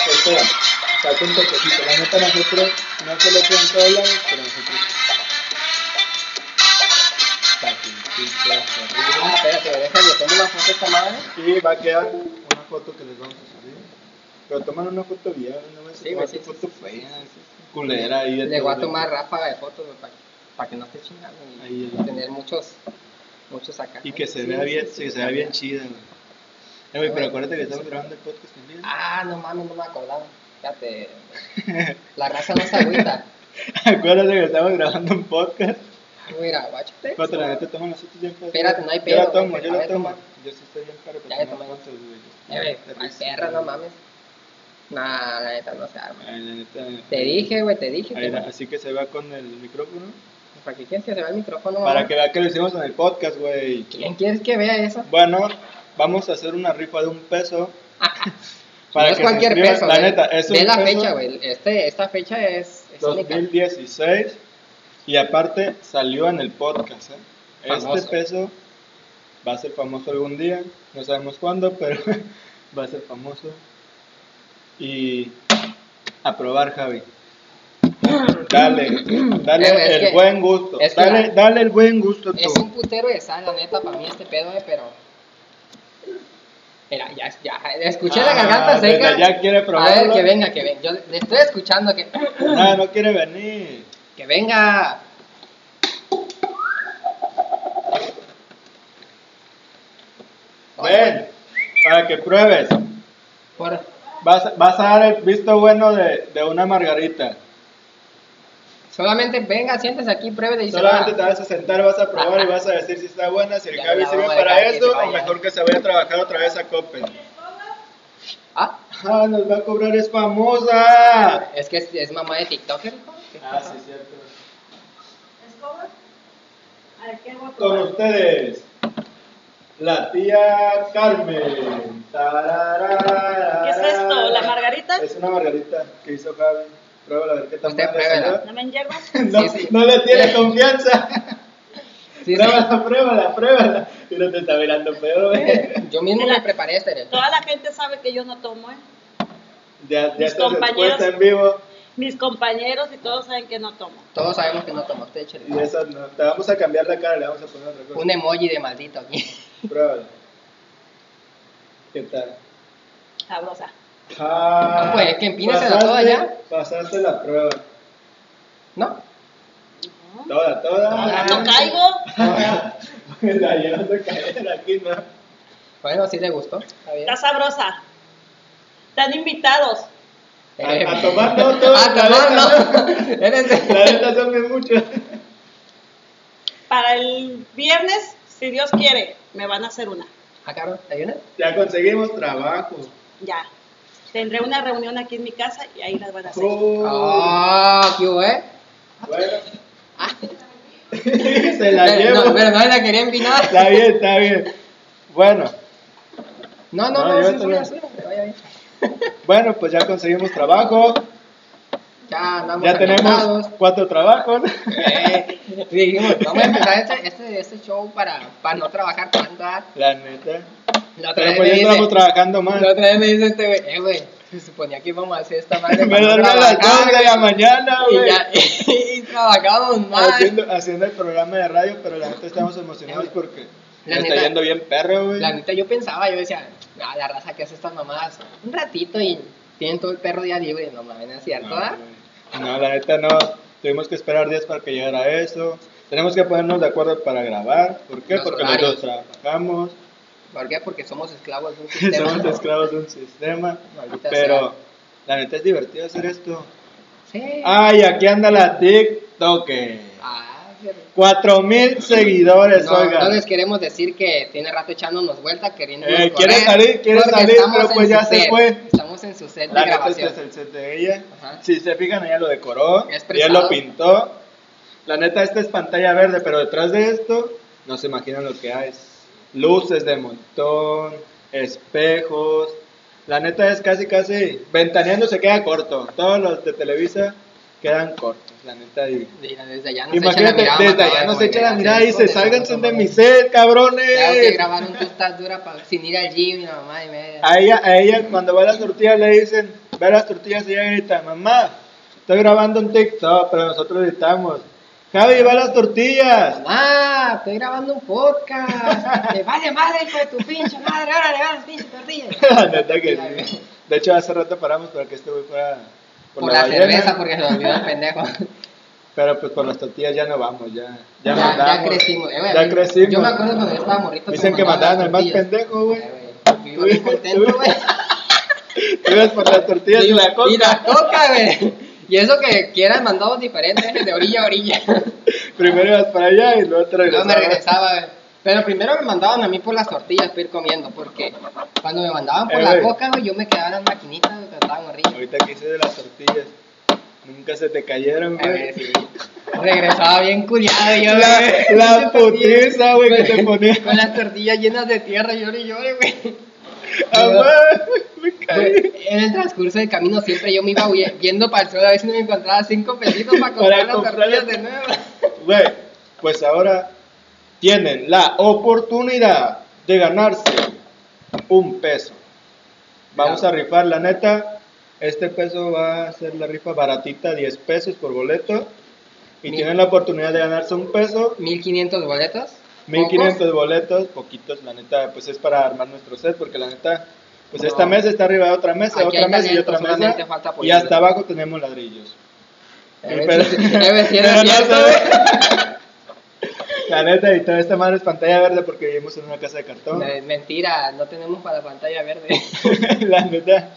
Speaker 2: Espera, saca un toquecito. La neta, nosotros no se lo controlamos, pero nosotros. Taquincito, arriba.
Speaker 1: Ah, espérate, déjame, le tomo una foto a esta madre.
Speaker 2: Y va a quedar una foto que les vamos a subir. Pero toman una foto bien, no me
Speaker 1: Sí, güey, sí,
Speaker 2: foto fea.
Speaker 1: sí, sí.
Speaker 2: culera ahí. de
Speaker 1: Le
Speaker 2: todo
Speaker 1: voy a
Speaker 2: el-
Speaker 1: tomar ráfaga de fotos para que no esté chingando
Speaker 2: Ahí,
Speaker 1: y
Speaker 2: ahí.
Speaker 1: tener muchos, muchos acá.
Speaker 2: Y que se
Speaker 1: Sí,
Speaker 2: vea
Speaker 1: sí,
Speaker 2: bien,
Speaker 1: sí,
Speaker 2: sí, que
Speaker 1: sí,
Speaker 2: se vea
Speaker 1: sí.
Speaker 2: bien chida, güey. Eh, güey, pero acuérdate que estamos grabando el podcast también.
Speaker 1: Ah, no mames, no me acordaba. Fíjate, la raza no se agüita.
Speaker 2: Acuérdate que estamos grabando un podcast.
Speaker 1: Mira, guachate.
Speaker 2: Pato, la neta, toma nosotros bien pedo.
Speaker 1: Espérate, no hay
Speaker 2: Yo la
Speaker 1: pedo,
Speaker 2: tomo,
Speaker 1: güey,
Speaker 2: yo
Speaker 1: a
Speaker 2: la
Speaker 1: ver,
Speaker 2: tomo.
Speaker 1: toma.
Speaker 2: Yo sí estoy bien caro
Speaker 1: Ya
Speaker 2: para
Speaker 1: le
Speaker 2: tomar
Speaker 1: tomé.
Speaker 2: fotos, güey.
Speaker 1: Eh,
Speaker 2: Está
Speaker 1: güey,
Speaker 2: rico,
Speaker 1: perra, no
Speaker 2: güey.
Speaker 1: mames. Nah, la neta no se arma.
Speaker 2: Ay, la neta.
Speaker 1: Te dije, güey, te dije.
Speaker 2: Ahí,
Speaker 1: que-
Speaker 2: así que se va con el micrófono.
Speaker 1: Para que quieres que se vea el micrófono.
Speaker 2: Para
Speaker 1: mamá?
Speaker 2: que vea que lo hicimos en el podcast, güey.
Speaker 1: ¿Quién quieres que vea eso?
Speaker 2: Bueno, vamos a hacer una rifa de un peso.
Speaker 1: Ah. no
Speaker 2: Para
Speaker 1: es
Speaker 2: que se
Speaker 1: cualquier
Speaker 2: inscriban.
Speaker 1: peso.
Speaker 2: La
Speaker 1: güey.
Speaker 2: neta, es
Speaker 1: Ve
Speaker 2: un
Speaker 1: la
Speaker 2: peso.
Speaker 1: fecha, güey. Este, esta fecha es, es única.
Speaker 2: 2016. Y aparte salió en el podcast. ¿eh? Este
Speaker 1: Famoso.
Speaker 2: peso va a ser famoso algún día. No sabemos cuándo, pero va a ser famoso. Y aprobar, Javi. Dale, dale
Speaker 1: Eh, güey, es
Speaker 2: el
Speaker 1: que-
Speaker 2: buen gusto.
Speaker 1: es que
Speaker 2: dale,
Speaker 1: la-
Speaker 2: dale el buen gusto tú.
Speaker 1: Es un putero de sal, la neta, para mí este pedo, güey, pero. Mira, ya, ya, escuché la
Speaker 2: Ah,
Speaker 1: garganta
Speaker 2: desde
Speaker 1: seca.
Speaker 2: ya quiere
Speaker 1: A ver,
Speaker 2: probarlo.
Speaker 1: que venga, que venga. Yo le estoy escuchando que.
Speaker 2: Ah, no quiere venir.
Speaker 1: ¡Que venga!
Speaker 2: Ven, para que pruebes.
Speaker 1: Por-
Speaker 2: Vas, vas a dar el visto bueno de, de una margarita.
Speaker 1: Solamente venga, siéntese aquí, pruebe y dice. "Ah,
Speaker 2: Solamente te vas a sentar, vas a probar y vas a decir si está buena, si el
Speaker 1: Ya
Speaker 2: Javi
Speaker 1: la
Speaker 2: sirve
Speaker 1: vamos a
Speaker 2: para
Speaker 1: dejar que
Speaker 2: eso
Speaker 1: se
Speaker 2: o
Speaker 1: vaya.
Speaker 2: mejor que se vaya a trabajar otra vez a Copen.
Speaker 1: Ah,
Speaker 2: Ah, nos va a cobrar, es famosa.
Speaker 1: es que es, es mamá de ¿eh? TikToker, hijo. ¿Qué
Speaker 2: Ah,
Speaker 1: pasa?
Speaker 2: sí, cierto.
Speaker 3: ¿Escoba? A ver, ¿qué voy a
Speaker 2: Con
Speaker 3: probar?
Speaker 2: ustedes, la tía Carmen. Tararara.
Speaker 3: ¿Qué es esto? ¿La margarita?
Speaker 2: Es una margarita que hizo Javi. Pruébala a ver qué tal.
Speaker 1: Usted pruébela.
Speaker 3: ¿No me enyerbas?
Speaker 2: No,
Speaker 1: Sí, sí.
Speaker 2: no le tiene confianza.
Speaker 1: Sí, sí.
Speaker 2: pruébala, pruébala, pruébala. Y no te está mirando feo, güey.
Speaker 1: Yo mismo me preparé este. ¿eh?
Speaker 3: Toda la gente sabe que yo no tomo, ¿eh?
Speaker 2: Ya, ya
Speaker 3: Mis
Speaker 2: está
Speaker 3: compañeros.
Speaker 2: respuesta en vivo.
Speaker 3: Mis compañeros y todos saben que no tomo.
Speaker 1: Todos sabemos que no tomaste, échale.
Speaker 2: Y esa no. Te vamos a cambiar la cara, le vamos a poner otra cosa.
Speaker 1: Un emoji de maldito aquí.
Speaker 2: Pruébala. ¿Qué tal?
Speaker 3: Sabrosa.
Speaker 2: Ah,
Speaker 1: No, pues, que empínesela
Speaker 2: pasaste-
Speaker 1: toda ya.
Speaker 2: Pasaste la prueba.
Speaker 1: ¿No? ¿Ah?
Speaker 2: Toda, toda.
Speaker 1: Toda.
Speaker 3: ¿No caigo?
Speaker 2: la llevas de caer aquí, ¿no?
Speaker 1: Bueno, sí le gustó. Está bien.
Speaker 3: Está sabrosa. Están invitados.
Speaker 1: Eh,
Speaker 2: A, a tomar no todo.
Speaker 1: A tomar, no. Eres de-
Speaker 2: La neta son bien muchas.
Speaker 3: Para el viernes, si Dios quiere, me van a hacer una.
Speaker 1: Ah, cabrón, ¿te ayunas?
Speaker 2: Ya conseguimos trabajo.
Speaker 3: Ya. Tendré una reunión aquí en mi casa y ahí las van a hacer.
Speaker 2: Oh,
Speaker 1: Ah, qué bueno.
Speaker 2: Bueno. Se la
Speaker 1: Pero
Speaker 2: llevo.
Speaker 1: Eh, no, pero no la quería empinar.
Speaker 2: Está bien, está bien. Bueno,
Speaker 1: No,
Speaker 2: No,
Speaker 1: no, no, sí, suya,
Speaker 2: llévatela.
Speaker 1: suya, que vaya bien.
Speaker 2: bueno, pues ya conseguimos trabajo.
Speaker 1: Ya andamos
Speaker 2: Ya tenemos
Speaker 1: adelantados.
Speaker 2: cuatro trabajos.
Speaker 1: Eh, dijimos, vamos a empezar este, este, este show para, para no trabajar tanto. ah.
Speaker 2: La neta.
Speaker 1: La otra
Speaker 2: Pero
Speaker 1: vez
Speaker 2: pues
Speaker 1: me
Speaker 2: ya
Speaker 1: dice,
Speaker 2: estamos trabajando más.
Speaker 1: la otra vez me dice este güey, eh, güey, se suponía que íbamos a hacer esta madre
Speaker 2: Me
Speaker 1: para no
Speaker 2: duermo a las
Speaker 1: trabajar,
Speaker 2: 2 de la mañana,
Speaker 1: Y,
Speaker 2: güey.
Speaker 1: ya, y, trabajamos más.
Speaker 2: Haciendo, haciendo el programa de radio, pero la neta estamos emocionados porque
Speaker 1: La
Speaker 2: me está
Speaker 1: neta.
Speaker 2: yendo bien perro, güey.
Speaker 1: La neta, yo pensaba, yo decía, "Ah, la raza que hace estas mamadas, un ratito y tienen todo el perro día libre, no mames, ¿no es cierto?
Speaker 2: No,
Speaker 1: ah?
Speaker 2: güey. No, la neta no. Tuvimos que esperar días para que llegara eso. Tenemos que ponernos de acuerdo para grabar. ¿Por qué?
Speaker 1: Los
Speaker 2: Porque
Speaker 1: horarios.
Speaker 2: los dos trabajamos.
Speaker 1: ¿Por qué? Porque somos esclavos de un sistema.
Speaker 2: Somos esclavos de un sistema.
Speaker 1: Maldita
Speaker 2: Pero la neta es divertido hacer esto.
Speaker 1: Sí.
Speaker 2: Ay, aquí anda la TikTok.
Speaker 1: Ah, fíjate.
Speaker 2: Cuatro mil seguidores,
Speaker 1: no,
Speaker 2: Pues, oiga.
Speaker 1: no les queremos decir que tiene rato echándonos vuelta queriendo
Speaker 2: Eh, quiere salir, quiere
Speaker 1: porque
Speaker 2: salir,
Speaker 1: estamos
Speaker 2: pero
Speaker 1: en
Speaker 2: pues
Speaker 1: su
Speaker 2: ya se
Speaker 1: set.
Speaker 2: fue.
Speaker 1: Estamos en su set de
Speaker 2: La neta este
Speaker 1: grabación.
Speaker 2: es el set de ella.
Speaker 1: Ajá.
Speaker 2: Si se fijan, ella lo decoró,
Speaker 1: Es
Speaker 2: ella lo
Speaker 1: prestado.
Speaker 2: pintó. La neta, esta es pantalla verde, pero detrás de esto, no se imaginan lo que hay. Luces de montón, espejos. La neta es casi, casi, ventaneando se queda corto. Todos los de Televisa quedan cortos, la neta. Y...
Speaker 1: Mira, desde allá nos echan la
Speaker 2: Imagínate,
Speaker 1: mirada.
Speaker 2: desde
Speaker 1: mamá,
Speaker 2: allá nos
Speaker 1: güey,
Speaker 2: echan la
Speaker 1: así,
Speaker 2: mirada y
Speaker 1: hijo
Speaker 2: se
Speaker 1: su
Speaker 2: sálganse
Speaker 1: puta
Speaker 2: de mi
Speaker 1: madre".
Speaker 2: set, cabrones.
Speaker 1: Tengo que grabar un tostas dura pa- sin ir al gym, mi mamá y media.
Speaker 2: A ella, a ella cuando va a las tortillas le dicen, ve a las tortillas y ella grita, mamá, estoy grabando un TikTok, pero nosotros gritamos, Javi, va a las tortillas.
Speaker 1: Mamá, Ah, estoy grabando un podcast. Te vale madre, hijo de tu pinche madre. Ahora le vas pinche tortilla.
Speaker 2: La neta que sí. De hecho, hace rato paramos para que este güey fuera
Speaker 1: Por, la,
Speaker 2: ballena.
Speaker 1: cerveza, porque se me olvidó el pendejo.
Speaker 2: Pero pues por las tortillas ya no vamos, ya. Ya,
Speaker 1: Ya, ya
Speaker 2: mandamos.
Speaker 1: crecimos. eh, güey,
Speaker 2: ya
Speaker 1: a mí-
Speaker 2: crecimos.
Speaker 1: Yo me acuerdo cuando yo estaba morrito. que
Speaker 2: Dicen que
Speaker 1: mandaban
Speaker 2: mandaban al
Speaker 1: las
Speaker 2: más
Speaker 1: tortillas.
Speaker 2: pendejo, güey.
Speaker 1: Eh, güey, Yo iba bien contento, güey.
Speaker 2: Tú ibas por las tortillas y la coca.
Speaker 1: Y la coca, güey. Y eso que quieran mandados diferentes, de orilla a orilla.
Speaker 2: Primero ibas para allá y luego te
Speaker 1: Yo
Speaker 2: regresabas.
Speaker 1: me regresaba, güey. Pero primero me mandaban a mí por las tortillas para ir comiendo, porque cuando me mandaban por
Speaker 2: Eh,
Speaker 1: la
Speaker 2: güey.
Speaker 1: coca, güey, yo me quedaba en las maquinitas, güey, cuando estaba morrillo.
Speaker 2: Ahorita que hice de las tortillas. Nunca se te cayeron,
Speaker 1: Eh,
Speaker 2: güey.
Speaker 1: güey, sí, güey. Regresaba bien culiado yo,
Speaker 2: La,
Speaker 1: güey.
Speaker 2: la putiza, güey, que te ponía.
Speaker 1: Con las tortillas llenas de tierra, llore y llore, güey.
Speaker 2: Amá, Ah, me caí.
Speaker 1: Güey, En el transcurso del camino siempre yo me iba huye- viendo para el suelo a ver si me encontraba cinco pesitos para comprar las
Speaker 2: comprar
Speaker 1: tortillas
Speaker 2: la-
Speaker 1: de nuevo.
Speaker 2: Güey, pues ahora tienen la oportunidad de ganarse un peso. Vamos
Speaker 1: Claro.
Speaker 2: a rifar, la neta. Este peso va a ser la rifa baratita, 10 pesos por boleto. Y
Speaker 1: Mil.
Speaker 2: tienen la oportunidad de ganarse un peso,
Speaker 1: 1500 boletos.
Speaker 2: 1500 boletos, poquitos, la neta. Pues es para armar nuestro set, porque la neta, pues
Speaker 1: No.
Speaker 2: esta mesa está arriba de otra mesa,
Speaker 1: Aquí
Speaker 2: otra
Speaker 1: hay
Speaker 2: mesa y
Speaker 1: talento,
Speaker 2: otra mesa.
Speaker 1: solamente falta
Speaker 2: Y
Speaker 1: apoyarlo. Eh,
Speaker 2: hasta abajo tenemos ladrillos.
Speaker 1: Pocos.
Speaker 2: Pero-
Speaker 1: Pero, pero, si
Speaker 2: pero
Speaker 1: era
Speaker 2: no
Speaker 1: cierto,
Speaker 2: se
Speaker 1: güey.
Speaker 2: La neta, y toda esta madre es pantalla verde porque vivimos en una casa de cartón.
Speaker 1: No, es mentira, no tenemos para la pantalla verde.
Speaker 2: la neta,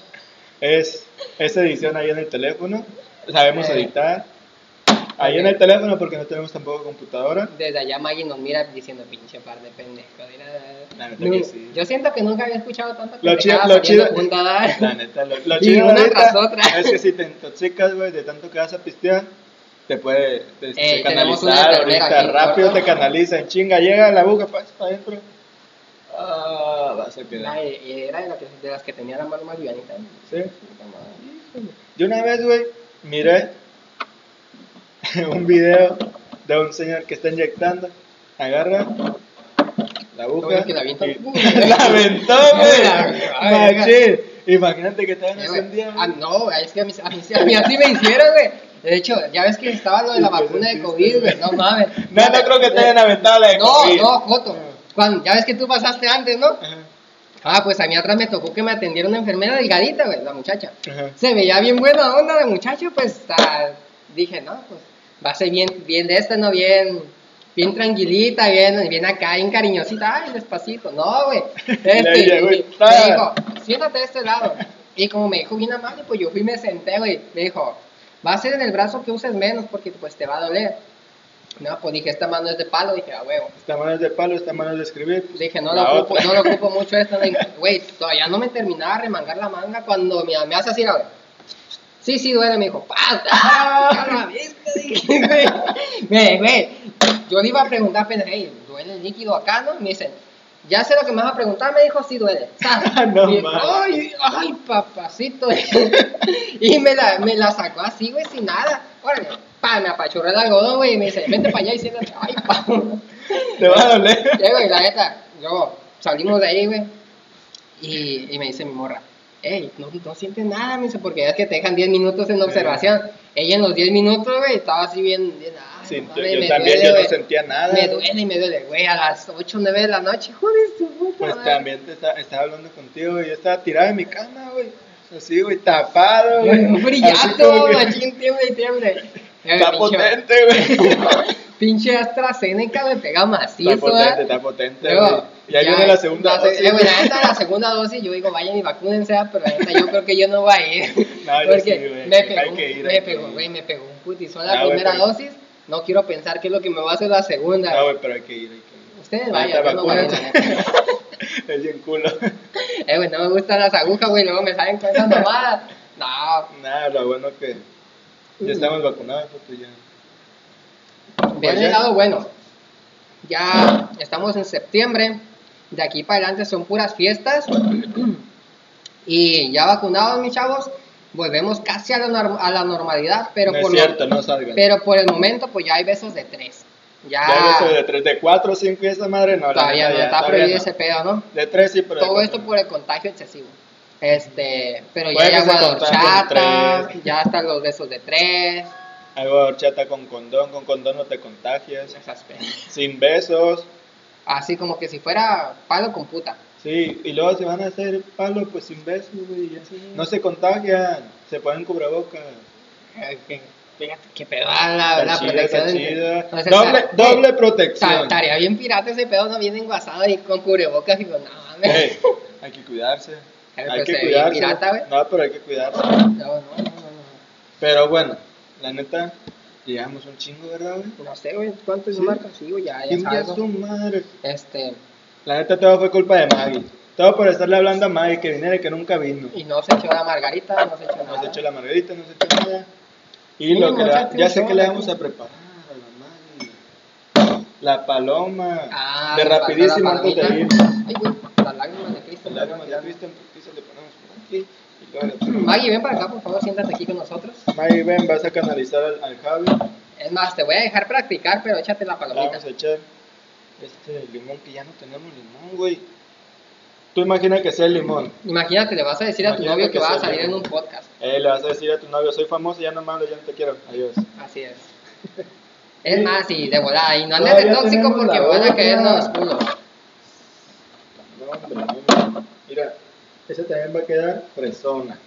Speaker 2: es, es edición ahí en el teléfono. Sabemos
Speaker 1: Eh.
Speaker 2: editar. Ahí en
Speaker 1: Ok.
Speaker 2: el teléfono porque no tenemos tampoco computadora.
Speaker 1: Desde allá Maggie nos mira diciendo pinche par de pendejos. Mira,
Speaker 2: La neta
Speaker 1: nu-
Speaker 2: que sí.
Speaker 1: Yo siento que nunca había escuchado tanta
Speaker 2: Lo chido-
Speaker 1: pendejada
Speaker 2: lo
Speaker 1: saliendo
Speaker 2: chido-
Speaker 1: junta, ¿verdad?
Speaker 2: La neta, lo, lo
Speaker 1: Y
Speaker 2: chido
Speaker 1: una
Speaker 2: ahorita
Speaker 1: tras otra.
Speaker 2: es que si te intoxicas, güey, de tanto que vas a pistear, te puede te-
Speaker 1: Eh,
Speaker 2: se
Speaker 1: tenemos una
Speaker 2: canalizar
Speaker 1: enfermera
Speaker 2: ahorita.
Speaker 1: aquí,
Speaker 2: rápido
Speaker 1: corto.
Speaker 2: te canaliza, en chinga, llega la aguja, pasa para adentro. Ah, vas a quedar.
Speaker 1: Ay, Era de, la que- de las que tenía la mano más livianita.
Speaker 2: ¿Sí? Yo una vez, güey, miré un video de un señor que está inyectando. Agarra la aguja.
Speaker 1: bueno que la avienta.
Speaker 2: y- la aventó,
Speaker 1: Ay, verga.
Speaker 2: güey. Machín. Imagínate que te
Speaker 1: Eh,
Speaker 2: hagan
Speaker 1: güey,
Speaker 2: un día,
Speaker 1: ah,
Speaker 2: güey.
Speaker 1: no, güey, es que a mí, a mí, a mí así me hicieron, güey. De hecho, ya ves que estaba lo de la
Speaker 2: ¿Y qué
Speaker 1: vacuna de
Speaker 2: sentiste,
Speaker 1: COVID, güey. No mames.
Speaker 2: No, no creo que te hayan aventado la de
Speaker 1: No,
Speaker 2: COVID.
Speaker 1: no, Joto. Cuando, ya ves que tú pasaste antes, ¿no?
Speaker 2: Ajá,
Speaker 1: Ah, pues a mí atrás me tocó que me atendiera una enfermera delgadita, güey, la muchacha.
Speaker 2: ajá.
Speaker 1: Se veía bien buena onda la muchacha, pues ah, dije, no, pues va a ser bien, bien de esta, ¿no? Bien, bien tranquilita, bien, bien acá, bien cariñosita, ay, despacito, no, güey. Este,
Speaker 2: Le llegó
Speaker 1: y
Speaker 2: y
Speaker 1: me
Speaker 2: ¡tas!
Speaker 1: dijo, siéntate de este lado. Y como me dijo bien amable, pues yo fui y me senté, güey. Me dijo, va a ser en el brazo que uses menos porque pues te va a doler. No, pues dije, esta mano es de palo, dije, a huevo.
Speaker 2: Esta mano es de palo, esta mano es de escribir.
Speaker 1: pues, Dije, no
Speaker 2: La
Speaker 1: lo, ocupo,
Speaker 2: otra.
Speaker 1: no lo ocupo mucho esto. le dije, Güey, todavía no me terminaba de remangar la manga cuando me, me hace así, la güey. Sí, sí, duele, me dijo, ¡paz! ¡Ah! la bestia", dije, güey. Güey, güey. Yo le iba a preguntar apenas, hey, ¿duele el líquido acá, no? Me dice, ya sé lo que me vas a preguntar, me dijo, sí duele. ¡Sas!
Speaker 2: No
Speaker 1: Y,
Speaker 2: mames.
Speaker 1: ay, ay, papacito. y me la, me la sacó así, güey, sin nada. Órale, pa, me apachurró el algodón, güey, y me dice, vente para allá y siéntate. Ay, pa.
Speaker 2: Te va a doler.
Speaker 1: Eh, güey, la neta, yo salimos de ahí, güey, y, y me dice mi morra, ey, no, no sientes nada, me dice, porque es que te dejan 10 minutos en observación. Ella en los 10 minutos, güey, estaba así bien, bien, ay,
Speaker 2: Sí,
Speaker 1: no
Speaker 2: yo,
Speaker 1: mames,
Speaker 2: yo
Speaker 1: me
Speaker 2: también
Speaker 1: duele,
Speaker 2: yo
Speaker 1: güey.
Speaker 2: no sentía nada.
Speaker 1: Me duele, me duele, güey, a las 8 o 9 de la noche, joder, su puta
Speaker 2: Pues
Speaker 1: madre.
Speaker 2: también te está- estaba hablando contigo, güey. Yo estaba tirado en mi cama, güey. Así, güey, tapado,
Speaker 1: Güey,
Speaker 2: güey.
Speaker 1: un
Speaker 2: Así como
Speaker 1: brillazo,
Speaker 2: que-
Speaker 1: machín, tiemble y tiemble. Eh,
Speaker 2: Está
Speaker 1: pinche-
Speaker 2: potente, güey.
Speaker 1: Pinche AstraZeneca me pega macizo,
Speaker 2: Está potente,
Speaker 1: ¿eh?
Speaker 2: está potente,
Speaker 1: Luego,
Speaker 2: güey. Ya viene la segunda
Speaker 1: la se-
Speaker 2: dosis,
Speaker 1: eh, güey,
Speaker 2: güey.
Speaker 1: la neta, la segunda dosis, yo digo, vayan y vacúnense, ah, pero la neta, yo creo que yo no voy a ir.
Speaker 2: No, yo
Speaker 1: porque
Speaker 2: sí, güey,
Speaker 1: me
Speaker 2: hay
Speaker 1: pegó,
Speaker 2: que ir,
Speaker 1: me
Speaker 2: hay que
Speaker 1: pegó,
Speaker 2: ir.
Speaker 1: güey, me pegó un putizón la
Speaker 2: Ah, güey,
Speaker 1: primera
Speaker 2: pero-
Speaker 1: dosis. No quiero pensar qué es lo que me va a hacer la segunda.
Speaker 2: No, güey, pero hay que ir, hay que
Speaker 1: Ustedes
Speaker 2: Ahí
Speaker 1: vayan,
Speaker 2: está,
Speaker 1: yo no voy a ir, la
Speaker 2: vacúnense.
Speaker 1: neta.
Speaker 2: ir. Es bien culo.
Speaker 1: Eh, güey, no me gustan las agujas, güey, luego me salen con esas mamadas. No,
Speaker 2: Nada, lo bueno que ya estamos vacunados, porque ya.
Speaker 1: vean
Speaker 2: Pues ya.
Speaker 1: el lado bueno. Ya estamos en septiembre. De aquí para adelante son puras fiestas. Y ya vacunados, mis chavos, volvemos casi a la, norm- a la normalidad. Pero,
Speaker 2: no es
Speaker 1: por
Speaker 2: cierto,
Speaker 1: lo-
Speaker 2: no salgan.
Speaker 1: pero por el momento, pues ya hay besos de tres. Ya,
Speaker 2: Ya eso de 3, de 4, 5 y esa madre no. la
Speaker 1: Ah. todavía
Speaker 2: neta,
Speaker 1: no
Speaker 2: ya,
Speaker 1: está
Speaker 2: todavía
Speaker 1: prohibido
Speaker 2: no.
Speaker 1: ese pedo, ¿no?
Speaker 2: De 3 sí, pero. de
Speaker 1: Todo
Speaker 2: cuatro
Speaker 1: esto
Speaker 2: no.
Speaker 1: por el contagio excesivo. Este, pero ya
Speaker 2: Puede
Speaker 1: hay
Speaker 2: que se
Speaker 1: agua de
Speaker 2: contagien
Speaker 1: horchata,
Speaker 2: tres.
Speaker 1: ya están los besos de tres.
Speaker 2: Algo de horchata con condón, con condón no te contagias.
Speaker 1: esas pedas.
Speaker 2: Sin besos.
Speaker 1: Así como que si fuera palo con puta.
Speaker 2: Sí, y luego se van a hacer palo, pues sin besos, güey. ya. No se contagian, se ponen cubrebocas.
Speaker 1: Ay, que- Fíjate que pedo ah, la, la
Speaker 2: Está chida, está
Speaker 1: protección.
Speaker 2: chida.
Speaker 1: O sea,
Speaker 2: Doble,
Speaker 1: ta-
Speaker 2: doble
Speaker 1: eh, ta-
Speaker 2: protección.
Speaker 1: Tarea bien pirata ese pedo, no viene enguasado y con cubrebocas y con nada. mames.
Speaker 2: Ey, hay que cuidarse.
Speaker 1: Pero
Speaker 2: Hay
Speaker 1: pues
Speaker 2: que
Speaker 1: se ve
Speaker 2: cuidarse.
Speaker 1: pirata, güey.
Speaker 2: no, pero hay que cuidarse.
Speaker 1: No, no, no, no,
Speaker 2: Pero bueno, la neta, llegamos un chingo, ¿verdad, güey?
Speaker 1: no. No sé, güey, ¿cuánto es
Speaker 2: Sí.
Speaker 1: marca? Sí, güey, ya, ya
Speaker 2: Chinga
Speaker 1: sabes.
Speaker 2: su
Speaker 1: ¿no?
Speaker 2: madre.
Speaker 1: Este,
Speaker 2: La neta, todo fue culpa de Maggie. Todo por estarle hablando a Maggie que viniera y que nunca vino.
Speaker 1: y no se echó la margarita, no se echó nada.
Speaker 2: Nos echó la margarita, nos echó nada. Y
Speaker 1: Mínimo,
Speaker 2: lo que la-
Speaker 1: échate
Speaker 2: ya
Speaker 1: un
Speaker 2: sé
Speaker 1: shot
Speaker 2: que le
Speaker 1: aquí.
Speaker 2: vamos a preparar a la Maggie. La paloma.
Speaker 1: Ah,
Speaker 2: de
Speaker 1: me faltó
Speaker 2: rapidísimo
Speaker 1: la
Speaker 2: antes de ir.
Speaker 1: palomita. Ay, güey, las lágrimas de Cristo.
Speaker 2: La lágrima de Cristo en putiza le ponemos por aquí. Y luego le ponemos-
Speaker 1: Maggie, ven para acá, por favor, siéntate aquí con nosotros.
Speaker 2: Maggie, ven, vas a canalizar al, al Javi.
Speaker 1: Es más, te voy a dejar practicar, pero échate la
Speaker 2: Le
Speaker 1: palomita.
Speaker 2: vamos a echar este limón que ya no tenemos limón, güey. Tú imagina que sea el limón.
Speaker 1: Imagínate, le vas a decir a tu
Speaker 2: Imagínate
Speaker 1: novio que
Speaker 2: que
Speaker 1: vas a
Speaker 2: sea
Speaker 1: salir en
Speaker 2: yo.
Speaker 1: un podcast.
Speaker 2: Eh, le vas a decir a tu novio, soy famoso, ya no me hablo, ya no te quiero. Adiós.
Speaker 1: Así es. Es más, y de volada, y no andes de
Speaker 2: Todavía
Speaker 1: tóxico
Speaker 2: tenemos
Speaker 1: porque
Speaker 2: la
Speaker 1: van a
Speaker 2: otra.
Speaker 1: caernos culo.
Speaker 2: No, hombre, no, no. Mira, ese también va a quedar fresona.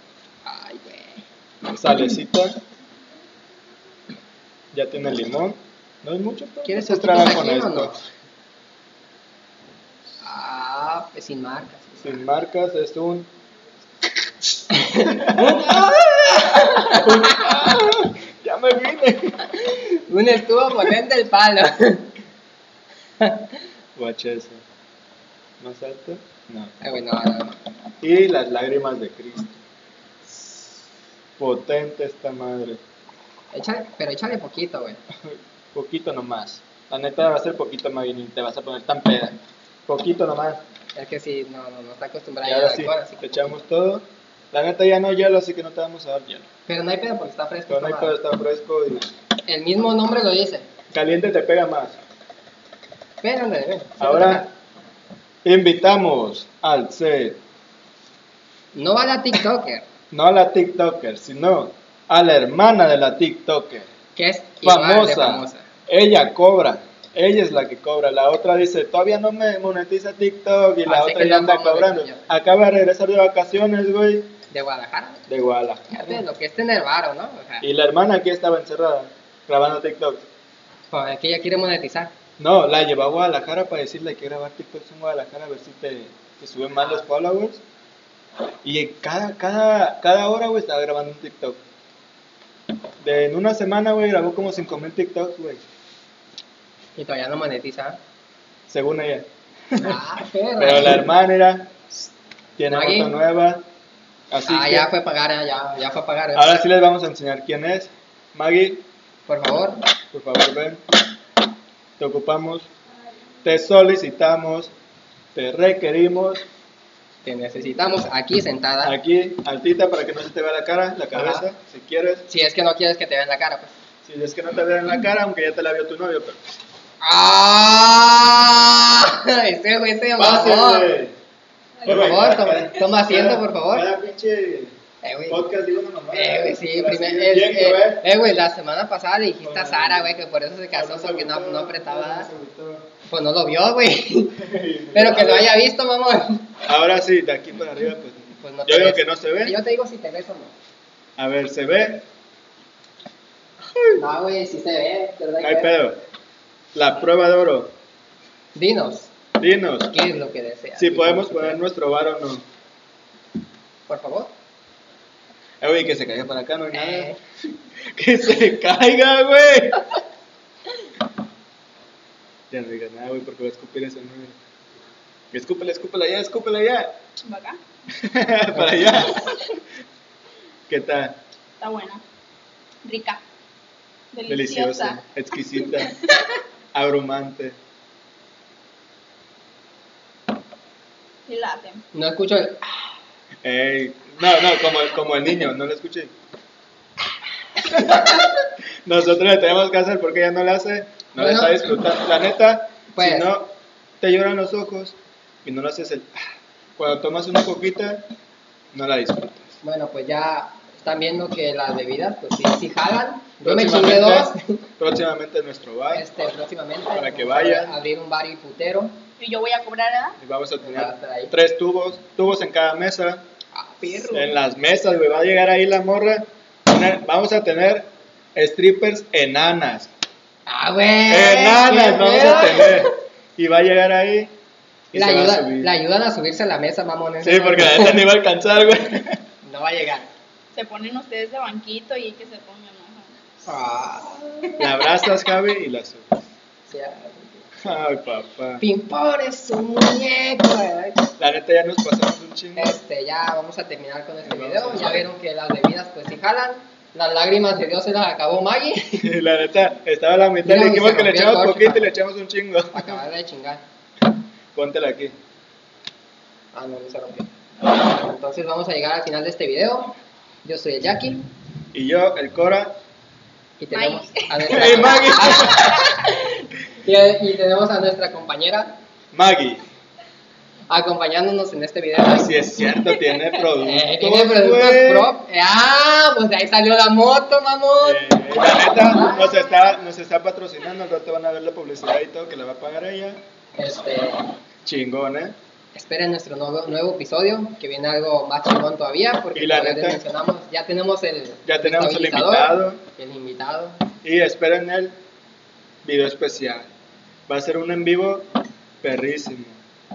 Speaker 1: Ay, güey.
Speaker 2: Salecita. Ya tiene limón. No es mucho, pero
Speaker 1: ¿Quieres
Speaker 2: se
Speaker 1: poquito
Speaker 2: traba
Speaker 1: de
Speaker 2: con
Speaker 1: aquí o
Speaker 2: esto.
Speaker 1: no? Ah, pues sin marcas.
Speaker 2: Sin marcas, es un. ya me vine.
Speaker 1: Un estuvo potente el palo.
Speaker 2: Guacha eso. ¿Más alto? No.
Speaker 1: Ay, güey, no, no, no.
Speaker 2: Y las lágrimas de Cristo. Potente esta madre.
Speaker 1: Échale, pero échale poquito, güey.
Speaker 2: Poquito nomás. La neta va a ser poquito, Magui, ni te vas a poner tan peda. Poquito nomás.
Speaker 1: Es que sí, no, no, no está acostumbrada
Speaker 2: Y
Speaker 1: ya al
Speaker 2: ahora sí,
Speaker 1: alcohol, así
Speaker 2: te
Speaker 1: que
Speaker 2: echamos todo. La neta ya no hay hielo, así que no te vamos a dar hielo.
Speaker 1: Pero no hay pedo porque está fresco.
Speaker 2: Pero no hay
Speaker 1: está
Speaker 2: pedo,
Speaker 1: mal.
Speaker 2: está fresco y
Speaker 1: El mismo nombre lo dice.
Speaker 2: caliente te pega más.
Speaker 1: Ven, ándale, ven.
Speaker 2: Ahora invitamos al set,
Speaker 1: No va la TikToker,
Speaker 2: no a la TikToker, sino a la hermana de la TikToker,
Speaker 1: que es igual de
Speaker 2: famosa.
Speaker 1: famosa.
Speaker 2: Ella cobra, ella es la que cobra. La otra dice, todavía no me monetiza TikTok y la
Speaker 1: Así
Speaker 2: otra
Speaker 1: que
Speaker 2: ya
Speaker 1: no
Speaker 2: anda
Speaker 1: vamos a
Speaker 2: cobrando.
Speaker 1: ver, ya.
Speaker 2: Acaba de regresar de vacaciones, güey,
Speaker 1: De Guadalajara.
Speaker 2: de Guadalajara.
Speaker 1: Fíjate lo que es tener varo, ¿no? O sea,
Speaker 2: Y la hermana aquí estaba encerrada, grabando TikTok.
Speaker 1: pues, que ella quiere monetizar.
Speaker 2: No, la llevó a Guadalajara para decirle que grabar TikToks en Guadalajara a ver si te, te suben más los followers. Y en cada, cada, cada hora, güey, estaba grabando un TikTok. De, en una semana, güey, grabó como 5000 TikToks, güey.
Speaker 1: Y todavía no monetiza.
Speaker 2: Según ella.
Speaker 1: Ah, perra.
Speaker 2: Pero la hermana era. Tiene
Speaker 1: Maggie.
Speaker 2: moto nueva. Así
Speaker 1: ah,
Speaker 2: que.
Speaker 1: ya fue a pagar, ah, ya, ya fue a pagar. eh.
Speaker 2: Ahora sí les vamos a enseñar quién es. Maggie,
Speaker 1: Por favor.
Speaker 2: por favor, ven. Te ocupamos. Te solicitamos. Te requerimos.
Speaker 1: Te necesitamos aquí sentada.
Speaker 2: Aquí, altita, para que no se te vea la cara, la cabeza,
Speaker 1: Ajá.
Speaker 2: si quieres.
Speaker 1: Si es que no quieres que te vean la cara, pues.
Speaker 2: Si es que no te vean la cara, aunque ya te la vio tu novio, pero...
Speaker 1: ¡Ah! Este güey, este mamón.
Speaker 2: ¡Pásenle!
Speaker 1: Por
Speaker 2: Güey,
Speaker 1: favor,
Speaker 2: cada-
Speaker 1: toma- toma
Speaker 2: cada-
Speaker 1: asiento, por favor.
Speaker 2: Cada pinche
Speaker 1: Eh, güey.
Speaker 2: podcast digo una mamá.
Speaker 1: Eh, güey, sí, primero.
Speaker 2: Bien,
Speaker 1: Eh, eh, güey, la semana pasada le dijiste a
Speaker 2: Con-
Speaker 1: Sara, güey, que por eso se casó, porque no, no apretaba.
Speaker 2: se gustó.
Speaker 1: Pues no lo vio, güey. Pero que lo haya visto, mamón.
Speaker 2: Ahora sí, de aquí para arriba, pues.
Speaker 1: Pues no
Speaker 2: Yo
Speaker 1: te
Speaker 2: veo
Speaker 1: ves.
Speaker 2: que no se
Speaker 1: Y
Speaker 2: ve.
Speaker 1: Yo te digo si te ves o no.
Speaker 2: A ver, se ve.
Speaker 1: No, güey, si se ve. te lo doy
Speaker 2: No hay
Speaker 1: cuenta.
Speaker 2: pedo. La prueba de oro.
Speaker 1: Dinos,
Speaker 2: Dinos
Speaker 1: ¿qué es lo que deseas?
Speaker 2: si podemos poner nuestro bar o no.
Speaker 1: Por favor.
Speaker 2: Eh, güey, que se caiga para acá, no hay nada.
Speaker 1: Eh,
Speaker 2: ¡Que se caiga, güey! Ya no digas nada, güey, porque va a escupir esa madre. Escúpela, escúpela ya, escúpela ya.
Speaker 3: Va acá.
Speaker 2: Para allá. ¿Qué tal?
Speaker 3: Está buena. Rica.
Speaker 2: Deliciosa,
Speaker 3: Deliciosa.
Speaker 2: exquisita, abrumante.
Speaker 3: Y late.
Speaker 1: no escucho el. ah,
Speaker 2: Ey, no, no, como, como el niño, no lo escuché. Nosotros le tenemos que hacer porque ella no la hace, no la
Speaker 1: Bueno.
Speaker 2: está disfrutando. La neta, si
Speaker 1: Pues.
Speaker 2: no, te lloran los ojos y no lo haces el... Cuando tomas una coquita, no la disfrutas.
Speaker 1: Bueno, pues ya están viendo que las bebidas, pues sí, sí jalan. Yo me chingué
Speaker 2: Próximamente-
Speaker 1: dos
Speaker 2: Próximamente en nuestro bar.
Speaker 1: este, próximamente.
Speaker 2: Para que
Speaker 1: vamos a
Speaker 2: vayan.
Speaker 1: Abrir un bar y putero.
Speaker 4: Y yo voy a cobrar a...
Speaker 2: Y vamos a
Speaker 1: Va a estar ahí.
Speaker 2: tener tres tubos, tubos en cada mesa.
Speaker 1: Ah, perro.
Speaker 2: En las mesas, güey, va a llegar ahí la morra. Tener- Vamos a tener strippers enanas.
Speaker 1: Ah, güey.
Speaker 2: Enanas
Speaker 1: qué
Speaker 2: Eh, vamos a
Speaker 1: pedo.
Speaker 2: tener. Y va a llegar ahí. Y
Speaker 1: La,
Speaker 2: se va a
Speaker 1: ayuda,
Speaker 2: subir.
Speaker 1: la ayudan a subirse a la mesa, mamones.
Speaker 2: Sí, porque la neta no iba a alcanzar, güey.
Speaker 1: No va a llegar.
Speaker 4: Se ponen ustedes de banquito y que se pongan. ajá.
Speaker 1: Ah,
Speaker 2: La abrazas, Javi, y la subes.
Speaker 1: sí, ah.
Speaker 2: Ay, papá.
Speaker 1: Pimpón es un muñeco. eh.
Speaker 2: La neta ya nos pasamos un chingo.
Speaker 1: Este, ya vamos a terminar con este
Speaker 2: Vamos
Speaker 1: video.
Speaker 2: a
Speaker 1: Ya
Speaker 2: ver.
Speaker 1: vieron que las bebidas, pues sí jalan. Las lágrimas de Dios se las acabó Maggie.
Speaker 2: Y la neta, estaba a la mitad,
Speaker 1: Mira,
Speaker 2: le dijimos
Speaker 1: se
Speaker 2: que le
Speaker 1: rompió el
Speaker 2: echamos
Speaker 1: corcho,
Speaker 2: poquito y
Speaker 1: papá.
Speaker 2: le echamos un chingo.
Speaker 1: Para acabar de chingar.
Speaker 2: Póntela aquí.
Speaker 1: Ah, no, no se rompió. Entonces vamos a llegar al final de este video. Yo soy el Jackie
Speaker 2: Y yo, el Cora.
Speaker 1: y tenemos a
Speaker 2: ¡Hey,
Speaker 1: nuestra,
Speaker 2: Maggie!
Speaker 1: y, y tenemos a nuestra compañera
Speaker 2: Maggie.
Speaker 1: acompañándonos en este video.
Speaker 2: Así es cierto, tiene productos.
Speaker 1: Eh, tiene productos
Speaker 2: güey.
Speaker 1: prop. Eh, ah, pues de ahí salió la moto, mamón.
Speaker 2: Eh, la neta, nos está, nos está patrocinando. Al rato van a ver la publicidad y todo que la va a pagar ella.
Speaker 1: Este,
Speaker 2: Chingón, ¿eh?
Speaker 1: esperen nuestro nuevo, nuevo episodio, que viene algo más chingón todavía, porque
Speaker 2: Y la
Speaker 1: como ya te
Speaker 2: neta-
Speaker 1: mencionamos, ya tenemos el
Speaker 2: Ya tenemos el
Speaker 1: estabilizador,
Speaker 2: invitado.
Speaker 1: El invitado.
Speaker 2: Y esperen el video especial. Va a ser un en vivo perrísimo.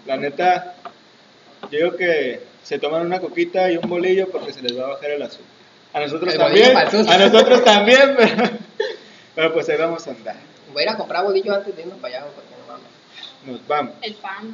Speaker 2: La neta, yo digo que se toman una coquita y un bolillo porque se les va a bajar el azúcar. A nosotros
Speaker 1: El bolillo
Speaker 2: también.
Speaker 1: para el susto.
Speaker 2: A nosotros también, pero, pero pues ahí vamos a andar.
Speaker 1: Voy a ir a comprar bolillo antes de irnos para allá, porque no mames.
Speaker 2: Nos vamos.
Speaker 4: El pan.